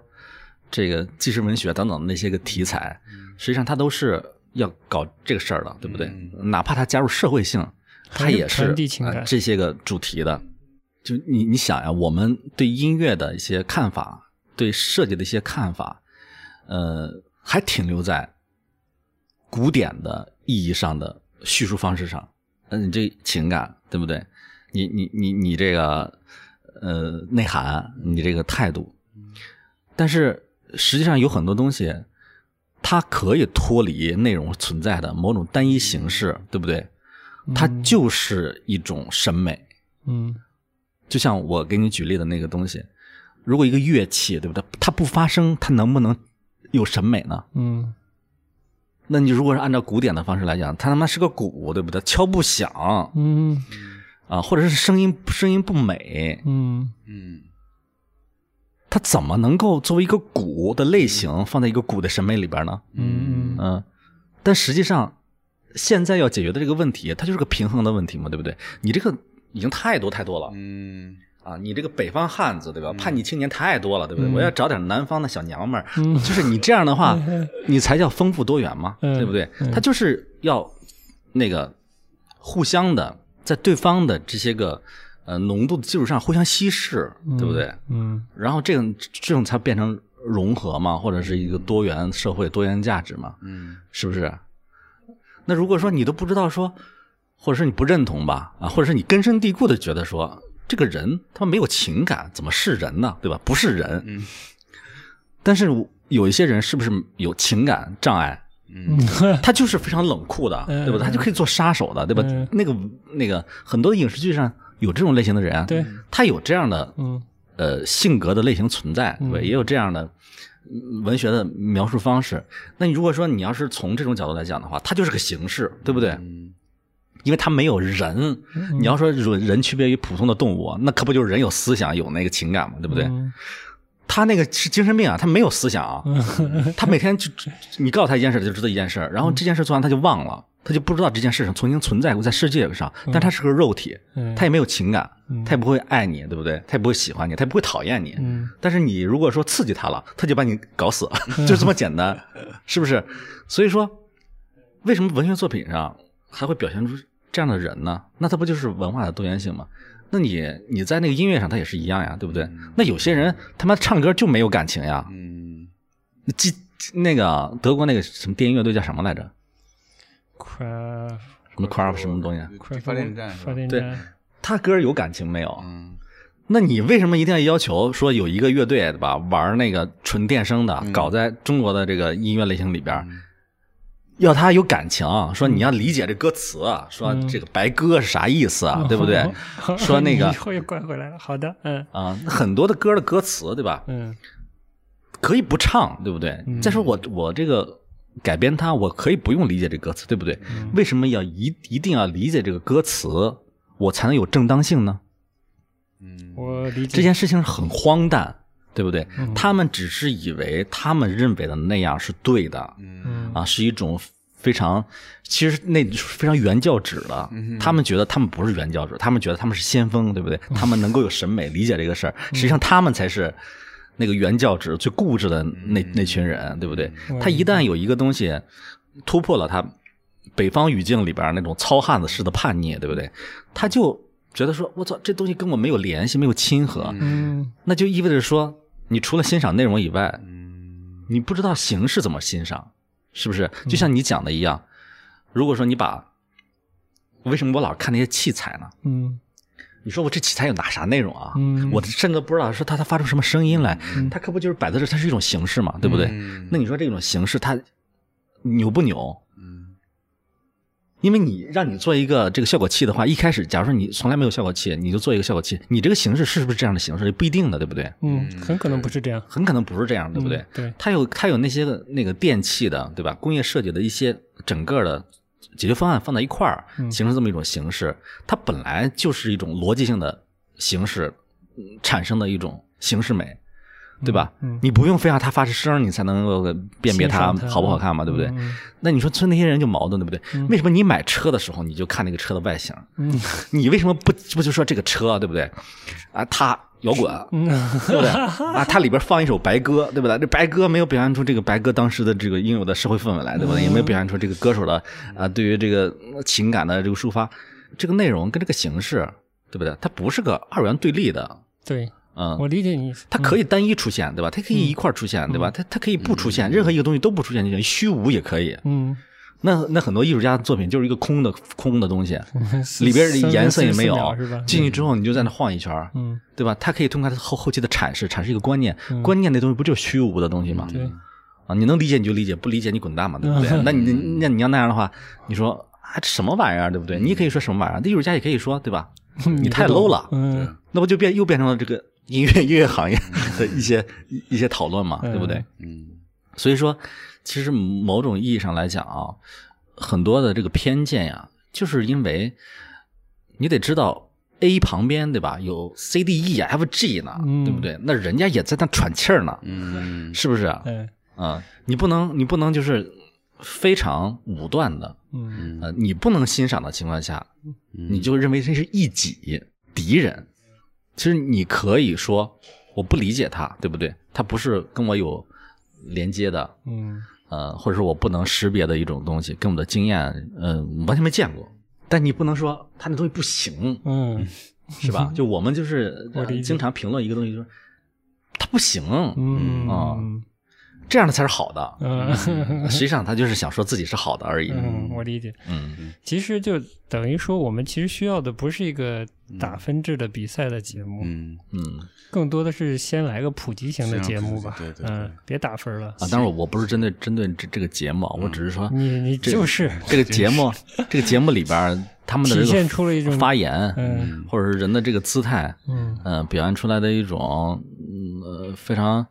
这个纪实文学等等的那些个题材，实际上它都是要搞这个事儿的，对不对？
嗯
哪怕它加入社会性，它
还是
也是
传递情感
呃这些个主题的。就你你想呀，我们对音乐的一些看法，对设计的一些看法，呃，还停留在古典的意义上的叙述方式上。嗯，你这情感对不对？你你你你这个呃内涵，你这个态度，但是实际上有很多东西，它可以脱离内容存在的某种单一形式，对不对？它
嗯
就是一种审美。
嗯
就像我给你举例的那个东西，如果一个乐器，对不对？它不发声，它能不能有审美呢？
嗯
那你如果是按照古典的方式来讲，它他妈是个鼓，对不对？敲不响，
嗯
啊，或者是声音声音不美，
嗯
嗯
它怎么能够作为一个鼓的类型放在一个鼓的审美里边呢？
嗯嗯
嗯，但实际上现在要解决的这个问题，它就是个平衡的问题嘛，对不对？你这个已经太多太多了
嗯
啊！你这个北方汉子对吧？叛逆青年太多了，对不对？
嗯
我要找点南方的小娘们儿，
嗯
就是你这样的话， <laughs> 你才叫丰富多元嘛，
嗯
对不对？
嗯
它就是要那个互相的在对方的这些个呃浓度的基础上互相稀释，对不对？
嗯
然后这种这种才变成融合嘛，或者是一个多元社会、多元价值嘛，
嗯
是不是？那如果说你都不知道说，或者是你不认同吧，啊，或者是你根深蒂固的觉得说这个人他没有情感，怎么是人呢？对吧？不是人。
嗯。
但是我有一些人是不是有情感障碍？
嗯
他就是非常冷酷的，
嗯
对吧？他就可以做杀手的，对吧
嗯？
那个那个很多影视剧上有这种类型的人，啊
对，
他有这样的
嗯
呃性格的类型存在，对吧？
嗯
也有这样的嗯文学的描述方式。那你如果说你要是从这种角度来讲的话，它就是个形式，对不对？
嗯
因为它没有人，
嗯
你要说人人区别于普通的动物，那可不就是人有思想、有那个情感嘛， <laughs> 对不对？
嗯
他那个是精神病啊，他没有思想啊，
嗯
<laughs> 他每天就就你告诉他一件事，他就知道一件事，然后这件事做完他就忘了，他就不知道这件事情曾经存在过在世界上，但他是个肉体，
嗯
他也没有情感
嗯，
他也不会爱你，对不对？他也不会喜欢你，他也不会讨厌你。
嗯
但是你如果说刺激他了，他就把你搞死， <laughs> 就这么简单，是不是？所以说，为什么文学作品上还会表现出这样的人呢？那他不就是文化的多元性吗？那你你在那个音乐上，他也是一样呀，对不对？那有些人他妈唱歌就没有感情呀，
嗯
记那个德国那个什么电音乐队叫什么来着？
，craft
什么 crap 什么东西？
craft
发电站是
发
吧？
电
对
站，
他歌有感情没有？
嗯
那你为什么一定要要求说有一个乐队对吧，玩那个纯电声的，
嗯
搞在中国的这个音乐类型里边，
嗯
要他有感情，说你要理解这歌词，啊说这个白鸽是啥意思啊，
嗯
对
<laughs>
不对？啊、说那个
你以哦 <laughs> 后又拐回来了，好的，嗯
很多的歌的歌词对吧，
嗯
可以不唱，对不对？
嗯
再说我我这个改编它，我可以不用理解这歌词，对不对？
嗯
为什么要一一定要理解这个歌词，我才能有正当性呢？
嗯
我理解
这件事情是很荒诞，对不对？
嗯
他们只是以为他们认为的那样是对的
嗯
嗯
啊，是一种非常其实那是非常原教旨的。
嗯
他们觉得他们不是原教旨，他们觉得他们是先锋，对不对？他们能够有审美，理解这个事儿。实际
嗯
上，他们才是那个原教旨最固执的那
嗯
那群人，对不对？他一旦有一个东西突破了他北方语境里边那种糙汉子式的叛逆，对不对？他就觉得说，我操，这东西跟我没有联系，没有亲和。
嗯
那就意味着说，你除了欣赏内容以外，
嗯
你不知道形式怎么欣赏，是不是？就像你讲的一样，如果说你把为什么我老看那些器材呢？
嗯
你说我这器材有拿啥内容啊？
嗯
我甚至都不知道说它它发出什么声音来，
嗯
它可不就是摆在这儿，它是一种形式嘛，对不对？
嗯
那你说这种形式它牛不牛？
嗯
因为你让你做一个这个效果器的话，一开始假如说你从来没有效果器，你就做一个效果器，你这个形式是不是这样的形式？不一定的，对不对？
嗯，很可能不是这样，
很可能不是这样，对不对？
嗯对，
它有它有那些个那个电器的，对吧？工业设计的一些整个的解决方案放在一块儿，
嗯
形成这么一种形式。它本来就是一种逻辑性的形式嗯产生的一种形式美，对吧？
嗯嗯
你不用非要它发出声儿，你才能够辨别它
欣赏它
好不好看嘛，对不对？
嗯嗯
那你说，村那些人就矛盾，对不对？为什么你买车的时候你就看那个车的外形？
嗯
你为什么不不就说这个车，对不对？啊，它摇滚，
嗯 <laughs>
<laughs> 对不对？啊，它里边放一首白鸽，对不对？这白鸽没有表现出这个白鸽当时的这个应有的社会氛围来，对
嗯
不对？也没有表现出这个歌手的啊对于这个呃情感的这个抒发，这个内容跟这个形式，对不对？它不是个二元对立的，
对，
嗯。
我嗯理解你意思，
它可以单一出现，对吧？它可以一块儿出现，对
嗯
吧？它它可以不出现，任何一个东西都不出现就行，虚无也可以。
嗯，
那那很多艺术家的作品就是一个空的空的东西，里边的
三分
颜色也没
四秒
有
是吧，？
进去之后你就在那晃一圈儿，
嗯
对吧？他可以通过他后后期的阐释，阐释一个观念，
嗯
观念那东西不就是虚无的东西吗？
对，
啊，你能理解你就理解，不理解你滚蛋嘛，对不
<laughs>
对？那你那你要那样的话，你说啊这什么玩意儿，对不对？你也可以说什么玩意儿，那艺术家也可以说，对吧？你太 low 了，
嗯
那不就变又变成了这个音乐音乐行业的一些一些讨论嘛，
嗯
对不对？
嗯
所以说，其实某种意义上来讲啊，很多的这个偏见呀，就是因为你得知道 A 旁边对吧？有 C、D、E、F、G 呢，
嗯
对不对？那人家也在那喘气儿呢，
嗯，
是不是啊？
嗯
你不能，你不能就是非常武断的，
嗯
呃，你不能欣赏的情况下，你
你
就认为这是异己敌人。其实你可以说我不理解他，对不对？他不是跟我有连接的，
嗯
呃，或者是我不能识别的一种东西，跟我的经验，嗯、完全没见过。但你不能说他那东西不行，
嗯
是
<laughs>
吧？就我们就是、
我
呃
理解
经常评论一个东西，就是他不行，
嗯
啊
嗯
这样的才是好的。<laughs>
嗯
实际上，他就是想说自己是好的而已。
<laughs> 嗯，我理解。
嗯
其实就等于说，我们其实需要的不是一个打分制的比赛的节目，
嗯
嗯
更多的是先来个普及型的节目吧。
先让普及对对对
嗯，别打分了。
啊，当然我我不是针对针对这这个节目啊，我只是说
你你
这
就是
这个节目这个节目里边儿他们的
嗯体
这
现
个
出了一种
发言，
嗯
或者是人的这个姿态，
嗯
嗯、表现出来的一种嗯、呃、非常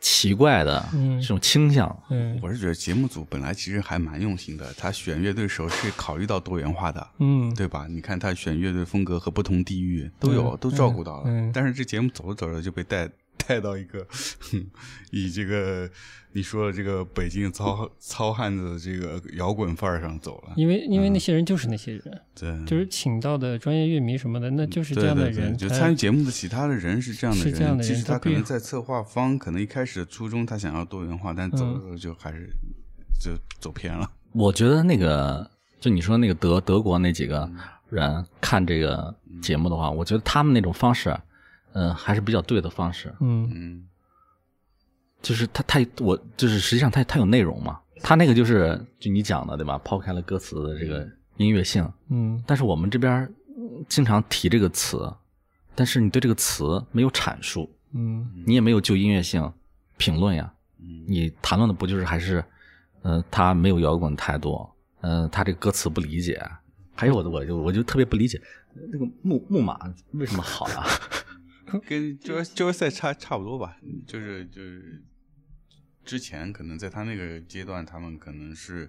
奇怪的
嗯
这种倾向。
嗯
我是觉得节目组本来其实还蛮用心的，他选乐队时候是考虑到多元化的，
嗯，
对啊吧？你看他选乐队风格和不同地域都有，都照顾到了。
嗯嗯
但是这节目走着走着就被带 <laughs> 带到一个，哼以这个你说的这个北京糙糙汉子的这个摇滚范儿上走了。
嗯
因为因为那些人就是那些人，
对，
就是请到的专业乐迷什么的，那就是这
嗯对
样的
对对，
人。
就
他
参与节目的其他的人是这样的
是
人，
这样的
其
人
实
他
他可
并
能在策划方，可能一开始的初衷他想要多元化，但
嗯
走着走着就还是就走偏了。
我觉得那个就你说那个德德国那几个人看这个节目的话，我觉得他们那种方式，嗯、还是比较对的方式。
嗯
嗯
就是他太我就是实际上他他有内容嘛，他那个就是就你讲的对吧？抛开了歌词的这个音乐性，
嗯
但是我们这边儿嗯经常提这个词，但是你对这个词没有阐述，
嗯
你也没有就音乐性评论呀，
嗯
你谈论的不就是还是，呃，他没有摇滚太多，嗯、他这个歌词不理解，还有我的我就我就特别不理解那个木木马为什么好啊？ <laughs>
跟 j o 赛差差不多吧，嗯就是就是之前可能在他那个阶段，他们可能是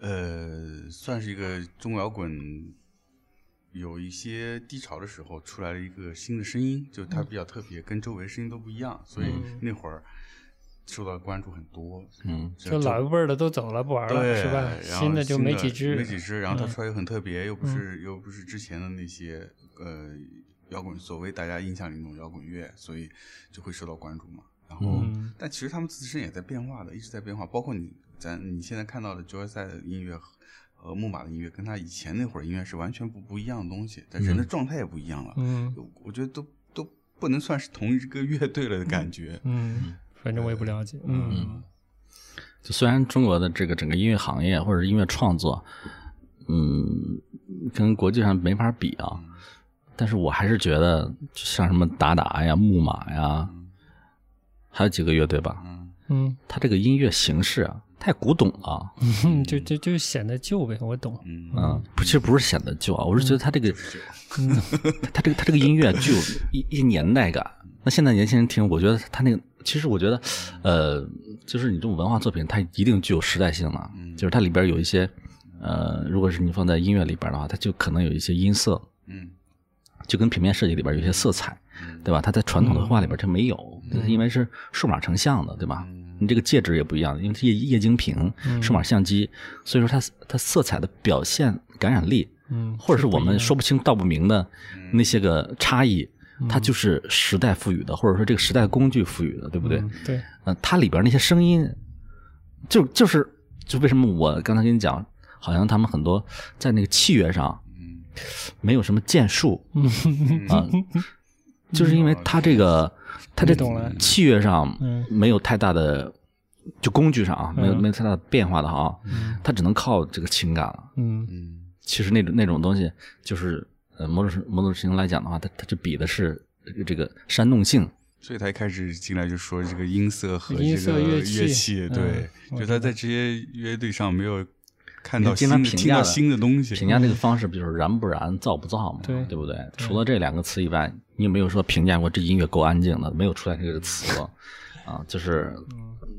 呃算是一个中国摇滚有一些低潮的时候出来了一个新的声音，就他比较特别，跟周围声音都不一样，所以
嗯
那会儿受到关注很多。
嗯，
就老一辈儿的都走了，不玩了，
对，
是吧？
然后
新的就没几只，
没几只。然后它
嗯
出来又很特别，又不是又不是之前的那些呃摇滚，所谓大家印象里那种摇滚乐，所以就会受到关注嘛。然后
嗯，
但其实他们自身也在变化的，一直在变化。包括你咱你现在看到的 Joy 赛的音乐和和木马的音乐，跟他以前那会儿音乐是完全不不一样的东西，但人的状态也不一样了。
嗯
我我觉得都都不能算是同一个乐队了的感觉。
嗯，反正我也不了解，嗯
就虽然中国的这个整个音乐行业或者是音乐创作，嗯，跟国际上没法比啊，但是我还是觉得像什么达达呀、木马呀，还有几个乐队吧，
嗯，
嗯
它这个音乐形式啊，太古董了，
嗯，就就就显得旧呗，我懂，
嗯
嗯，不，其实不是显得旧啊，我是觉得它这个， <laughs> 它这个它这个音乐具有一一年代感。那现在年轻人听，我觉得它那个，其实我觉得，呃，就是你这种文化作品，它一定具有时代性了，就是它里边有一些，呃，如果是你放在音乐里边的话，它就可能有一些音色，
嗯
就跟平面设计里边有一些色彩，对吧？它在传统的画里边它没有，就是因为是数码成像的，对吧？你这个介质也不一样，因为是液液晶屏、数码相机，所以说它它色彩的表现感染力，
嗯，
或者是
不
我
一
们
样
说不清道不明的那些个差异，
嗯
它就是时代赋予的，或者说这个时代工具赋予的，对不对？
嗯对，
嗯，它里边那些声音，就就是就为什么我刚才跟你讲，好像他们很多在那个器乐上
嗯
没有什么建树，
嗯
啊，就是因为它这个，它这
你懂了
器乐上
嗯
没有太大的，就工具上啊，没有
嗯
没有太大的变化的啊，它只能靠这个情感了。
嗯
嗯
其实那种那种东西，就是呃，某种程某种程度来讲的话，它它这比的是这个煽动性，
所以他一开始进来就说这个音色和
音
这
色
个
乐
乐
器嗯
对，
我
就
知道
他在这些乐队上没有看到
经
新
常
的
评
听
价
到
的
新的东西，
评价这个方式不就是燃不燃、燥不燥嘛，
对
对不对？除了这两个词以外，你有没有说评价过这音乐够安静的？没有出现这个
<laughs>
词啊，就是
嗯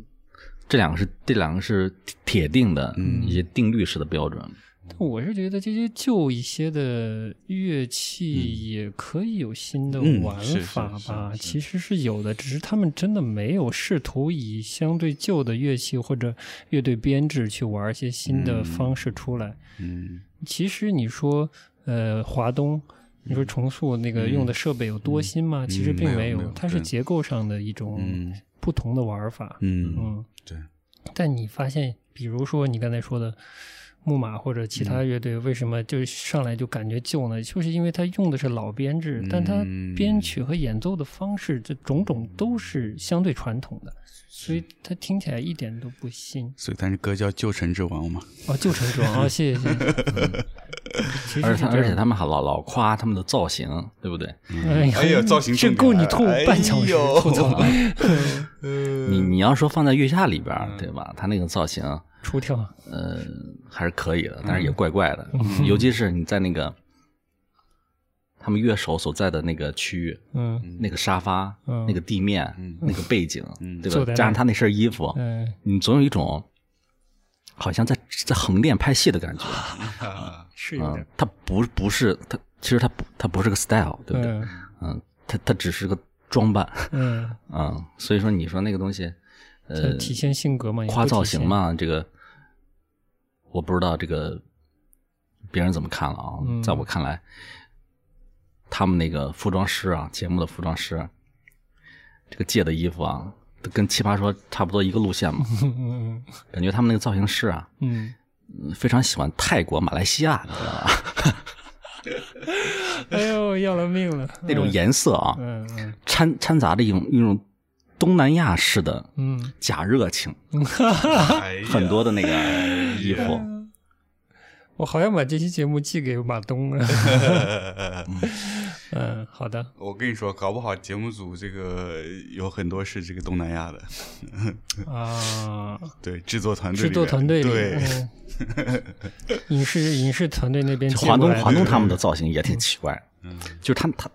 这两个是这两个是铁定的一些定律式的标准。
但我是觉得这些旧一些的乐器也可以有新的
嗯
玩
是是
法
是
吧，
嗯是
其实是有的，只是他们真的没有试图以相对旧的乐器或者乐队编制去玩一些新的
嗯
方式出来。
嗯
其实你说，呃，华东，你
嗯
说重塑那个用的设备有多新吗？其实并
没有
有，
没有
它是
对
结构上的一种
嗯
不同的玩法。
嗯，
嗯，
对，
但你发现，比如说你刚才说的木马或者其他
嗯
乐队，为什么就是上来就感觉旧呢？就是因为它用的是老编制，但它
嗯
编曲和演奏的方式，这种种都是相对传统的，所以它听起来一点都不新。
所以他那歌叫《旧城之王》
<laughs>
嘛，
哦，旧城装哦，谢谢
<laughs>
谢谢。其实
而
是
且
这
而且
样的
他们还老老夸他们的造型，对不对？
哎呀
哎呀造型
这
重
够
点
你吐
哎
半小时，
呦
吐槽
<laughs> 你你要说放在月下里边
嗯
儿，对吧？他那个造型，
出跳，
呃，还是可以
嗯
的，但是也怪怪的，尤其是你在那个他们乐手所在的那个区域，
嗯
那个沙发、
嗯
那个地面、那个背景，对
坐
吧？
在那
加上他那身衣服，
嗯，
你总有一种好像在在横店拍戏的感觉。
啊
是有
嗯
点，，
它不不是它，其实它不它不是个 style，对不对？
嗯
嗯，它它只是个装扮，
嗯，
嗯，所以说你说那个东西，
这
呃，
体现性格嘛，也不
夸造
体现
型，嘛，这个我不知道这个别人怎么看了啊。
嗯
在我看来，他们那个服装师啊，节目的服装师，这个借的衣服啊，都跟奇葩说差不多一个路线
<laughs>
嘛。
<laughs> 嗯嗯
感觉他们那个造型师啊，
嗯
嗯非常喜欢泰国、马来西亚，你知道
<laughs>
吧？
嗯，哎呦，要了命了，
那种
嗯
颜色啊，
嗯嗯
掺掺杂着一种一种东南亚式的
嗯，
假热情，
哎呀
很多的那个
嗯
衣
<laughs>
服。
我好想把这期节目寄给马东啊，
<laughs>
嗯，好的，
我跟你说，搞不好节目组这个有很多是这个东南亚的，
啊，
嗯
对，制作团队
制
里边，
作团队里，
对，
嗯
<laughs>
影视影视团队那边
就
寄
华
过
东
来
华
的
东他们的造型也挺奇怪，
嗯
就是他们他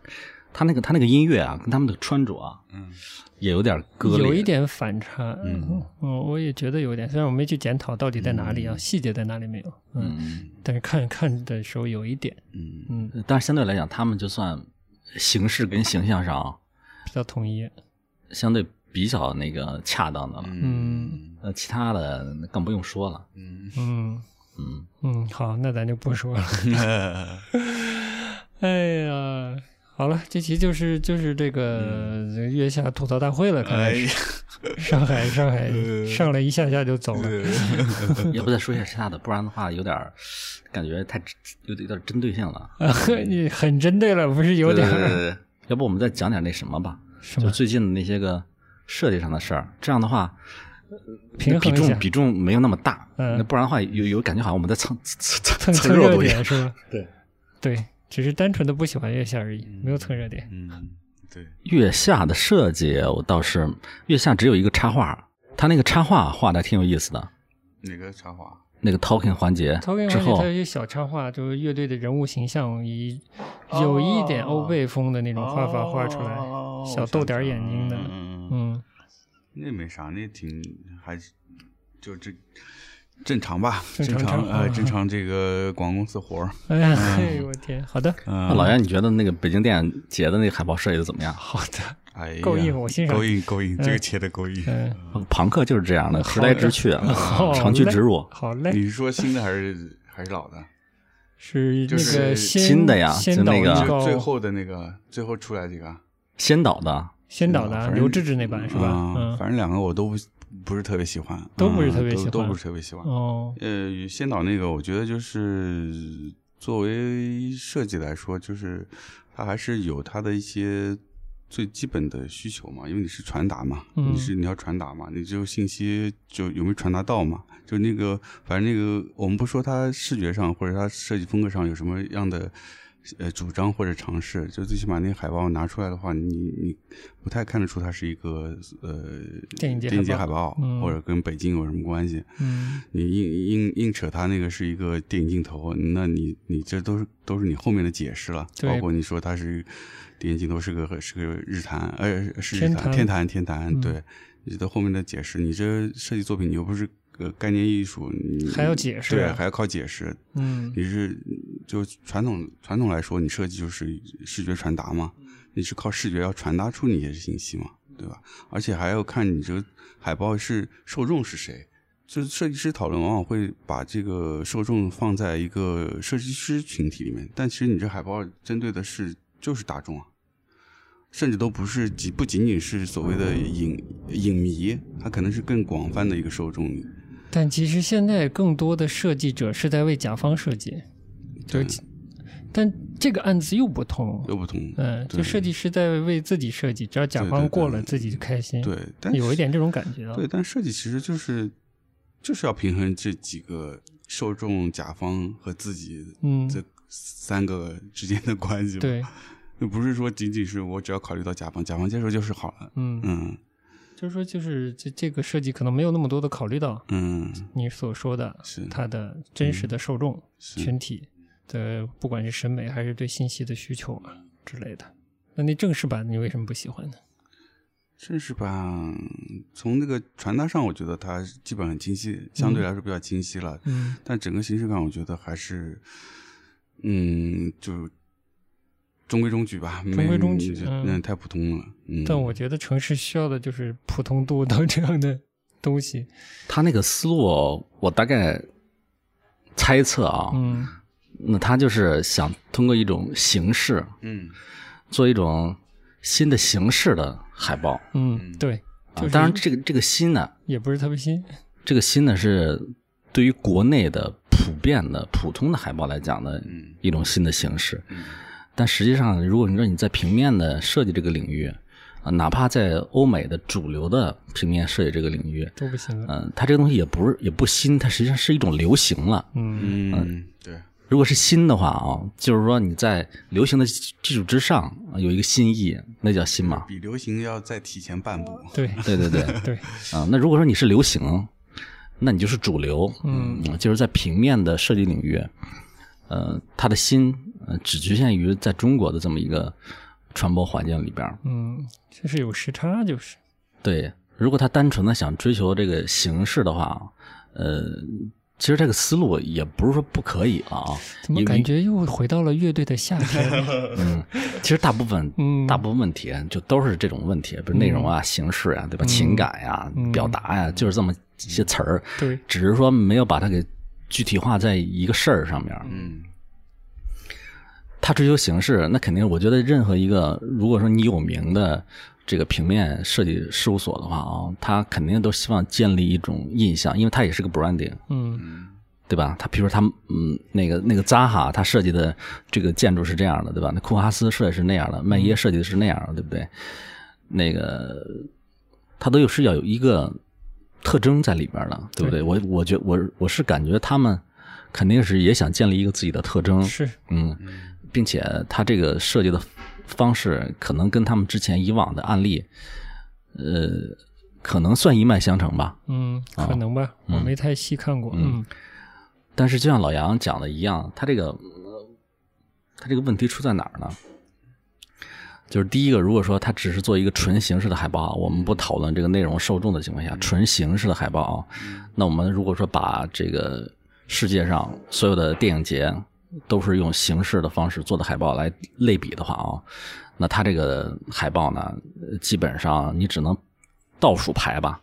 他那个他那个音乐啊，跟他们的穿着啊，
嗯
也有点割裂，
有一点反差，嗯
嗯，
我也觉得有点，虽然我没去检讨到底在哪里啊，细节在哪里没有，嗯，
嗯，
但是看看的时候有一点，
嗯
嗯，
但是相对来讲，他们就算形式跟形象上啊
比较统一，
相对比较那个恰当的了，
嗯
呃，其他的更不用说了，
嗯
嗯
嗯， <laughs>
嗯，好，那咱就不说了， <laughs>
嗯， <laughs>
哎呀。好了，这期就是就是这个
嗯
这个月下吐槽大会了，看来
哎呀
是、，上海上海
嗯
呃
上来一下下就走了，
要不再说一下其他的，不然的话有点儿感觉太有点有点针对性了，
啊呵 <laughs> 你很针对了，不是有点
对对对对对要不我们再讲点那什么吧，
什
就
么
最近的那些个设计上的事儿，这样的话。
平衡
比
一下
重，比重没有那么大，
嗯
那不然的话有有感觉好像我们在蹭蹭
蹭
<laughs> 蹭
蹭
热
热
度一
点
样。
是吧？
<laughs> 对
对，只是单纯的不喜欢月下而已，没有蹭热点。
嗯，对，
月下的设计我倒是，月下只有一个插画，他那个插画画的挺有意思的，
哪个插花？
那个 talking 环节
Talking
之
Rocket
后
它，有一个小插画，就是乐队的人物形象以
哦
有一点欧贝风的那种画法画出来，
哦
小豆点儿眼睛的，
嗯嗯嗯，
嗯，
那没啥，那挺还是就这正常吧，
正
正
常
呃，
正常
正常这个广告公司活儿，
哎呀，
嗯
<laughs> 嘿，我天，好的，
那老
嗯，
袁，你觉得那个北京电影节的那个海报设计的怎么样？
好的，
哎呀，
够硬我欣赏
勾引勾引，
嗯
这个切的勾引。
嗯，
朋克就是这样的，
好
时来之去，
好
<laughs>
嘞
长驱直入。嗯
好嘞，
你是说新的还是还是老 <laughs> 的？
是
就
那个
是
先
新的呀
先
就
导
那个
预
啊
就
告
最后的那个，最后出来这个
先导的，
先导的啊
嗯反正
刘志志那版是吧？
啊
嗯，
反正两个我都不不是特别喜欢，
都不是
嗯
特别喜欢
都都不是特别喜欢。
哦，
呃，先导那个，我觉得就是作为设计来说，就是它还是有它的一些最基本的需求嘛，因为你是传达嘛，
嗯
你是你要传达嘛，你就信息就有没有传达到嘛，就那个反正那个我们不说它视觉上或者它设计风格上有什么样的。呃，主张或者尝试，就最起码那个海报拿出来的话，你你不太看得出它是一个呃
电影节海
海报，
嗯
或者跟北京有什么关系。
嗯
你硬硬硬扯它那个是一个电影镜头，那你你这都是都是你后面的解释了，
对
包括你说它是电影镜头是个是个日坛，呃是日
天
坛
坛
天坛天坛，
嗯
对，你这后面的解释，你这设计作品你又不是个概念艺术，你
还要解释啊
对，还要靠解释。
嗯
你是就传统传统来说，你设计就是视觉传达嘛，你是靠视觉要传达出你一些信息嘛，对吧？而且还要看你这个海报是受众是谁。就是设计师讨论往往会把这个受众放在一个设计师群体里面，但其实你这海报针对的是就是大众啊，甚至都不是仅不仅仅是所谓的影影迷，它可能是更广泛的一个受众。
但其实现在更多的设计者是在为甲方设计，
对，
但这个案子又不同。
又不同。
嗯，就
对
设计师在为自己设计，只要甲
对
方
对
过
对
了，自己就开心。
对，但
有一
是
点这种感觉啊。
对，但设计其实就是就是要平衡这几个受众、甲方和自己
嗯，
这三个之间的关系嘛。
对，
就不是说仅仅是我只要考虑到甲方，甲方接受就是好了。
嗯，
嗯
就是说，就是这这个设计可能没有那么多的考虑到
嗯，
你所说的
是
它的真实的受众
是
群体
嗯
的，不管是审美还是对信息的需求啊之类的。那那正式版你为什么不喜欢呢？
正式版从那个传达上，我觉得它基本很清晰，相对来说比较清晰了。
嗯
但整个形式感，我觉得还是，嗯，就中规中矩吧，没
中规中矩
就
嗯
嗯，太普通了。嗯，
但我觉得城市需要的就是普通度到这样的东西。
他那个思路，我大概猜测啊，
嗯
那他就是想通过一种形式
嗯
做一种新的形式的海报。
嗯，对，
啊
就，
当然
是
这个这个新呢，
也不是特别新。
这个新呢是对于国内的普遍的普通的海报来讲的
嗯
一种新的形式。
嗯
但实际上，如果你说你在平面的设计这个领域，啊，哪怕在欧美的主流的平面设计这个领域，
都不行了。
嗯、它这个东西也不是也不新，它实际上是一种流行了。
嗯
嗯，对，
如果是新的话啊，就是说你在流行的基础之上啊有一个新意，那叫新嘛？
比流行要再提前半步。
对
对对对，
<laughs> 对，
啊，那如果说你是流行，那你就是主流，
嗯，
就是在平面的设计领域，呃，它的新呃只局限于在中国的这么一个传播环境里边儿。
嗯，就是有时差，就是
对，如果他单纯的想追求这个形式的话，呃，其实这个思路也不是说不可以啊。
怎么
因为
感觉又回到了乐队的夏
<laughs>
天？
嗯，其实大部分、
嗯
大部分问题就都是这种问题，比如内容啊、形式啊，对吧？情感呀、
嗯
表达呀、就是这么一些词儿。
对，
只是说没有把它给具体化在一个事儿上面。
嗯
他追求形式，那肯定，我觉得任何一个，如果说你有名的这个平面设计事务所的话啊，他肯定都希望建立一种印象，因为它也是个 branding，
嗯
嗯
对吧？他比如说他嗯，那个那个扎哈，他设计的这个建筑是这样的，对吧？那库哈斯设计是那样的，麦耶设计的是那样的，对不对？那个他都有是要有一个特征在里边的，对不对？
对
我我觉我我是感觉他们肯定是也想建立一个自己的特征，
是，
嗯，并且他这个设计的方式可能跟他们之前以往的案例，呃，可能算一脉相承吧。
嗯，可能吧，我没太细看过，嗯
啊嗯但是就像老杨讲的一样，他这个呃他这个问题出在哪儿呢？就是第一个，如果说他只是做一个纯形式的海报，啊我们不讨论这个内容受众的情况下，纯形式的海报，啊那我们如果说把这个世界上所有的电影节都是用形式的方式做的海报来类比的话啊，那他这个海报呢，呃基本上你只能倒数排吧，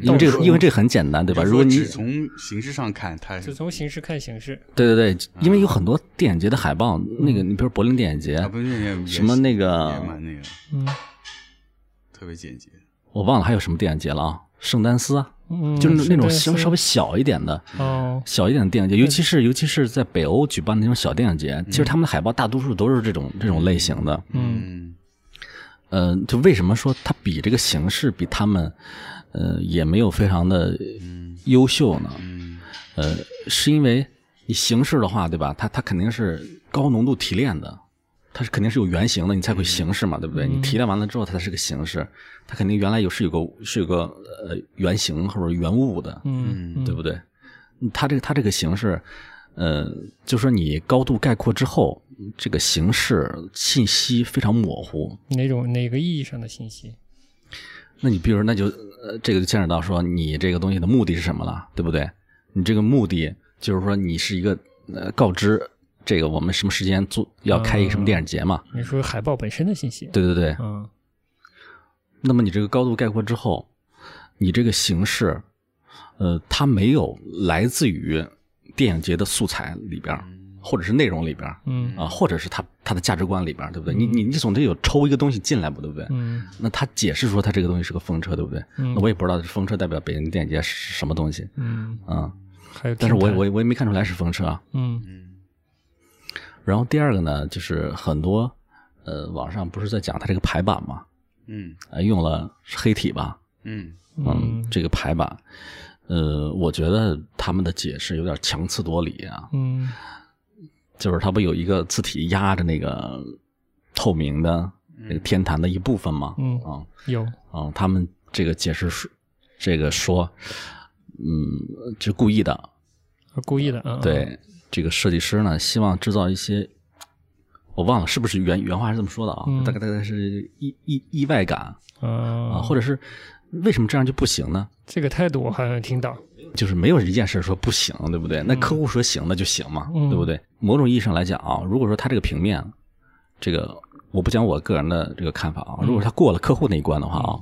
因为这
倒
个
数
因为这个很简单，对吧？
要
如果
说
你
只从形式上看，它
就从形式看形式，
对对对，
嗯
因为有很多电影节的海报，那个你比如柏林电影节，
啊不是也也
什么那个
也蛮那个
嗯
特别简洁。
我忘了还有什么电影节了啊，圣丹斯啊，
嗯，
就是那那种
是
稍
的
稍微小一点的。
是哦，
小一点的电影节，尤其是尤其是在北欧举办的那种小电影节，
嗯
其实他们的海报大多数都是这种这种类型的。
嗯
呃，就为什么说它比这个形式比他们，呃，也没有非常的优秀呢？
嗯
呃，是因为你形式的话，对吧？它它肯定是高浓度提炼的，它是肯定是有原型的，你才会形式嘛，对不对？你提炼完了之后，它才是个形式，它肯定原来有是有个是有个呃原型或者原物的，
嗯嗯，
对不对？它这个它这个形式，呃，就说你高度概括之后，这个形式信息非常模糊，
哪种哪个意义上的信息？
那你比如说，那就呃，这个就牵扯到说你这个东西的目的是什么了，对不对？你这个目的就是说你是一个呃告知这个我们什么时间做要开一个什么电影节嘛？
你说海报本身的信息，
对对对。
嗯，
那么你这个高度概括之后，你这个形式，呃，它没有来自于电影节的素材里边儿，或者是内容里边儿，
嗯
啊，或者是他他的价值观里边儿，对不对？你你你总得有抽一个东西进来吧，对不对？
嗯
那他解释说他这个东西是个风车，对不对？
嗯
那我也不知道这风车代表北京电影节是什么东西
嗯，
啊、
还有
但是我也
平台
我也我也没看出来是风车啊。
嗯
嗯
然后第二个呢，就是很多呃网上不是在讲他这个排版嘛，
嗯
呃用了黑体吧，
嗯
嗯，这个排版，呃，我觉得他们的解释有点强词夺理啊，
嗯
就是它不有一个字体压着那个透明的那个天坛的一部分吗？
嗯
啊
有
啊，他们这个解释说，这个说，嗯，就故意的，
故意的啊，
对这个设计师呢，希望制造一些，我忘了是不是原原话是这么说的啊，
嗯
大概大概是意意意外感啊，
啊，
或者是为什么这样就不行呢？
这个态度我好像听到，
就是没有一件事说不行，对不对？那客户说行，那就行嘛，
嗯
对不对？某种意义上来讲啊，如果说他这个平面，这个我不讲我个人的这个看法
嗯
啊，如果他过了客户那一关的话啊，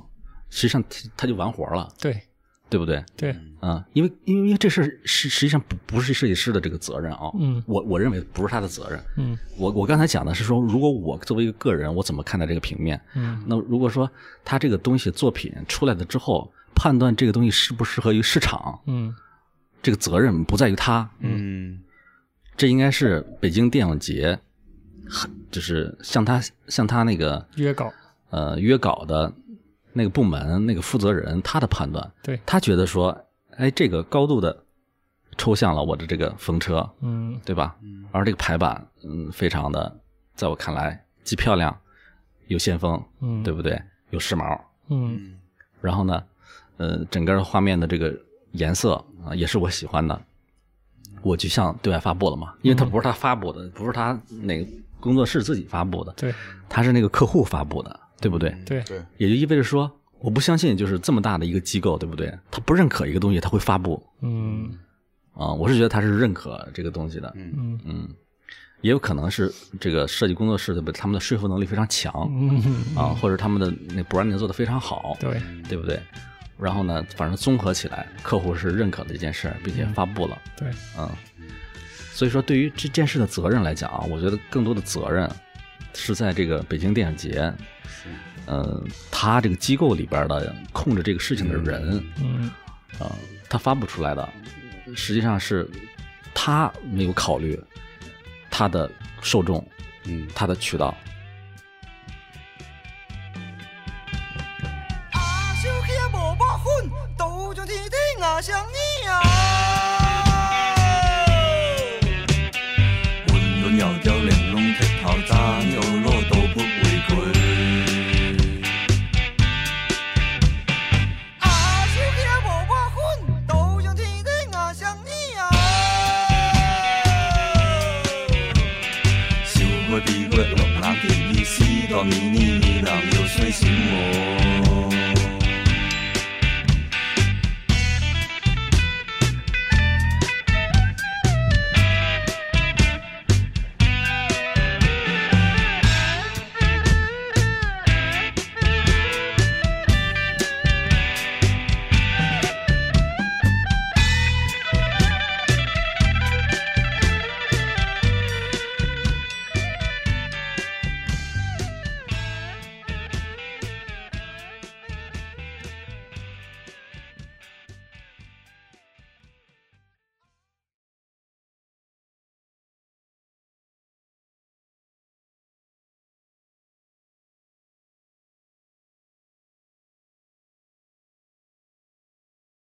实际上他他就完活了，
对
对不对？
对，
啊，因为因为因为这事儿实实际上不不是设计师的这个责任啊，
嗯
我我认为不是他的责任。
嗯
我我刚才讲的是说，如果我作为一个个人，我怎么看待这个平面？
嗯
那如果说他这个东西作品出来了之后，判断这个东西适不适合于市场，
嗯
这个责任不在于他，
嗯
这应该是北京电影节，就是向他向他那个
约稿，
呃约稿的那个部门那个负责人他的判断，
对，
他觉得说，哎，这个高度的抽象了我的这个风车，
嗯
对吧？而这个排版，嗯，非常的，在我看来既漂亮又先锋，
嗯
对不对？又时髦。
嗯
嗯
然后呢，呃，整个画面的这个颜色啊、也是我喜欢的，我就向对外发布了嘛，因为它不是他发布
嗯
的，不是他哪个工作室自己发布的，
对
他是那个客户发布的，对不对？
对
对，
也就意味着说，我不相信就是这么大的一个机构，对不对？他不认可一个东西，他会发布
嗯
啊、我是觉得他是认可这个东西的，
嗯
嗯，也有可能是这个设计工作室对不对？他们的说服能力非常强
嗯
啊、或者他们的那 branding 做得非常好，
对
对不对？然后呢，反正综合起来，客户是认可了这件事儿，并且发布了，
对
嗯。所以说，对于这件事的责任来讲啊，我觉得更多的责任是在这个北京电影节，呃，他这个机构里边的控制这个事情的人，
嗯
啊、他发布出来的，实际上是他没有考虑他的受众，
嗯
他的渠道。
阿秀黑无把粉，都将天顶阿想你啊。
換碗油有玲瓏剔透，盞又攞到不回佢。
阿秀黑无把粉，都将天顶阿想你啊。
笑開鼻骨，落冷甜意，思當你呢意，男又衰小我。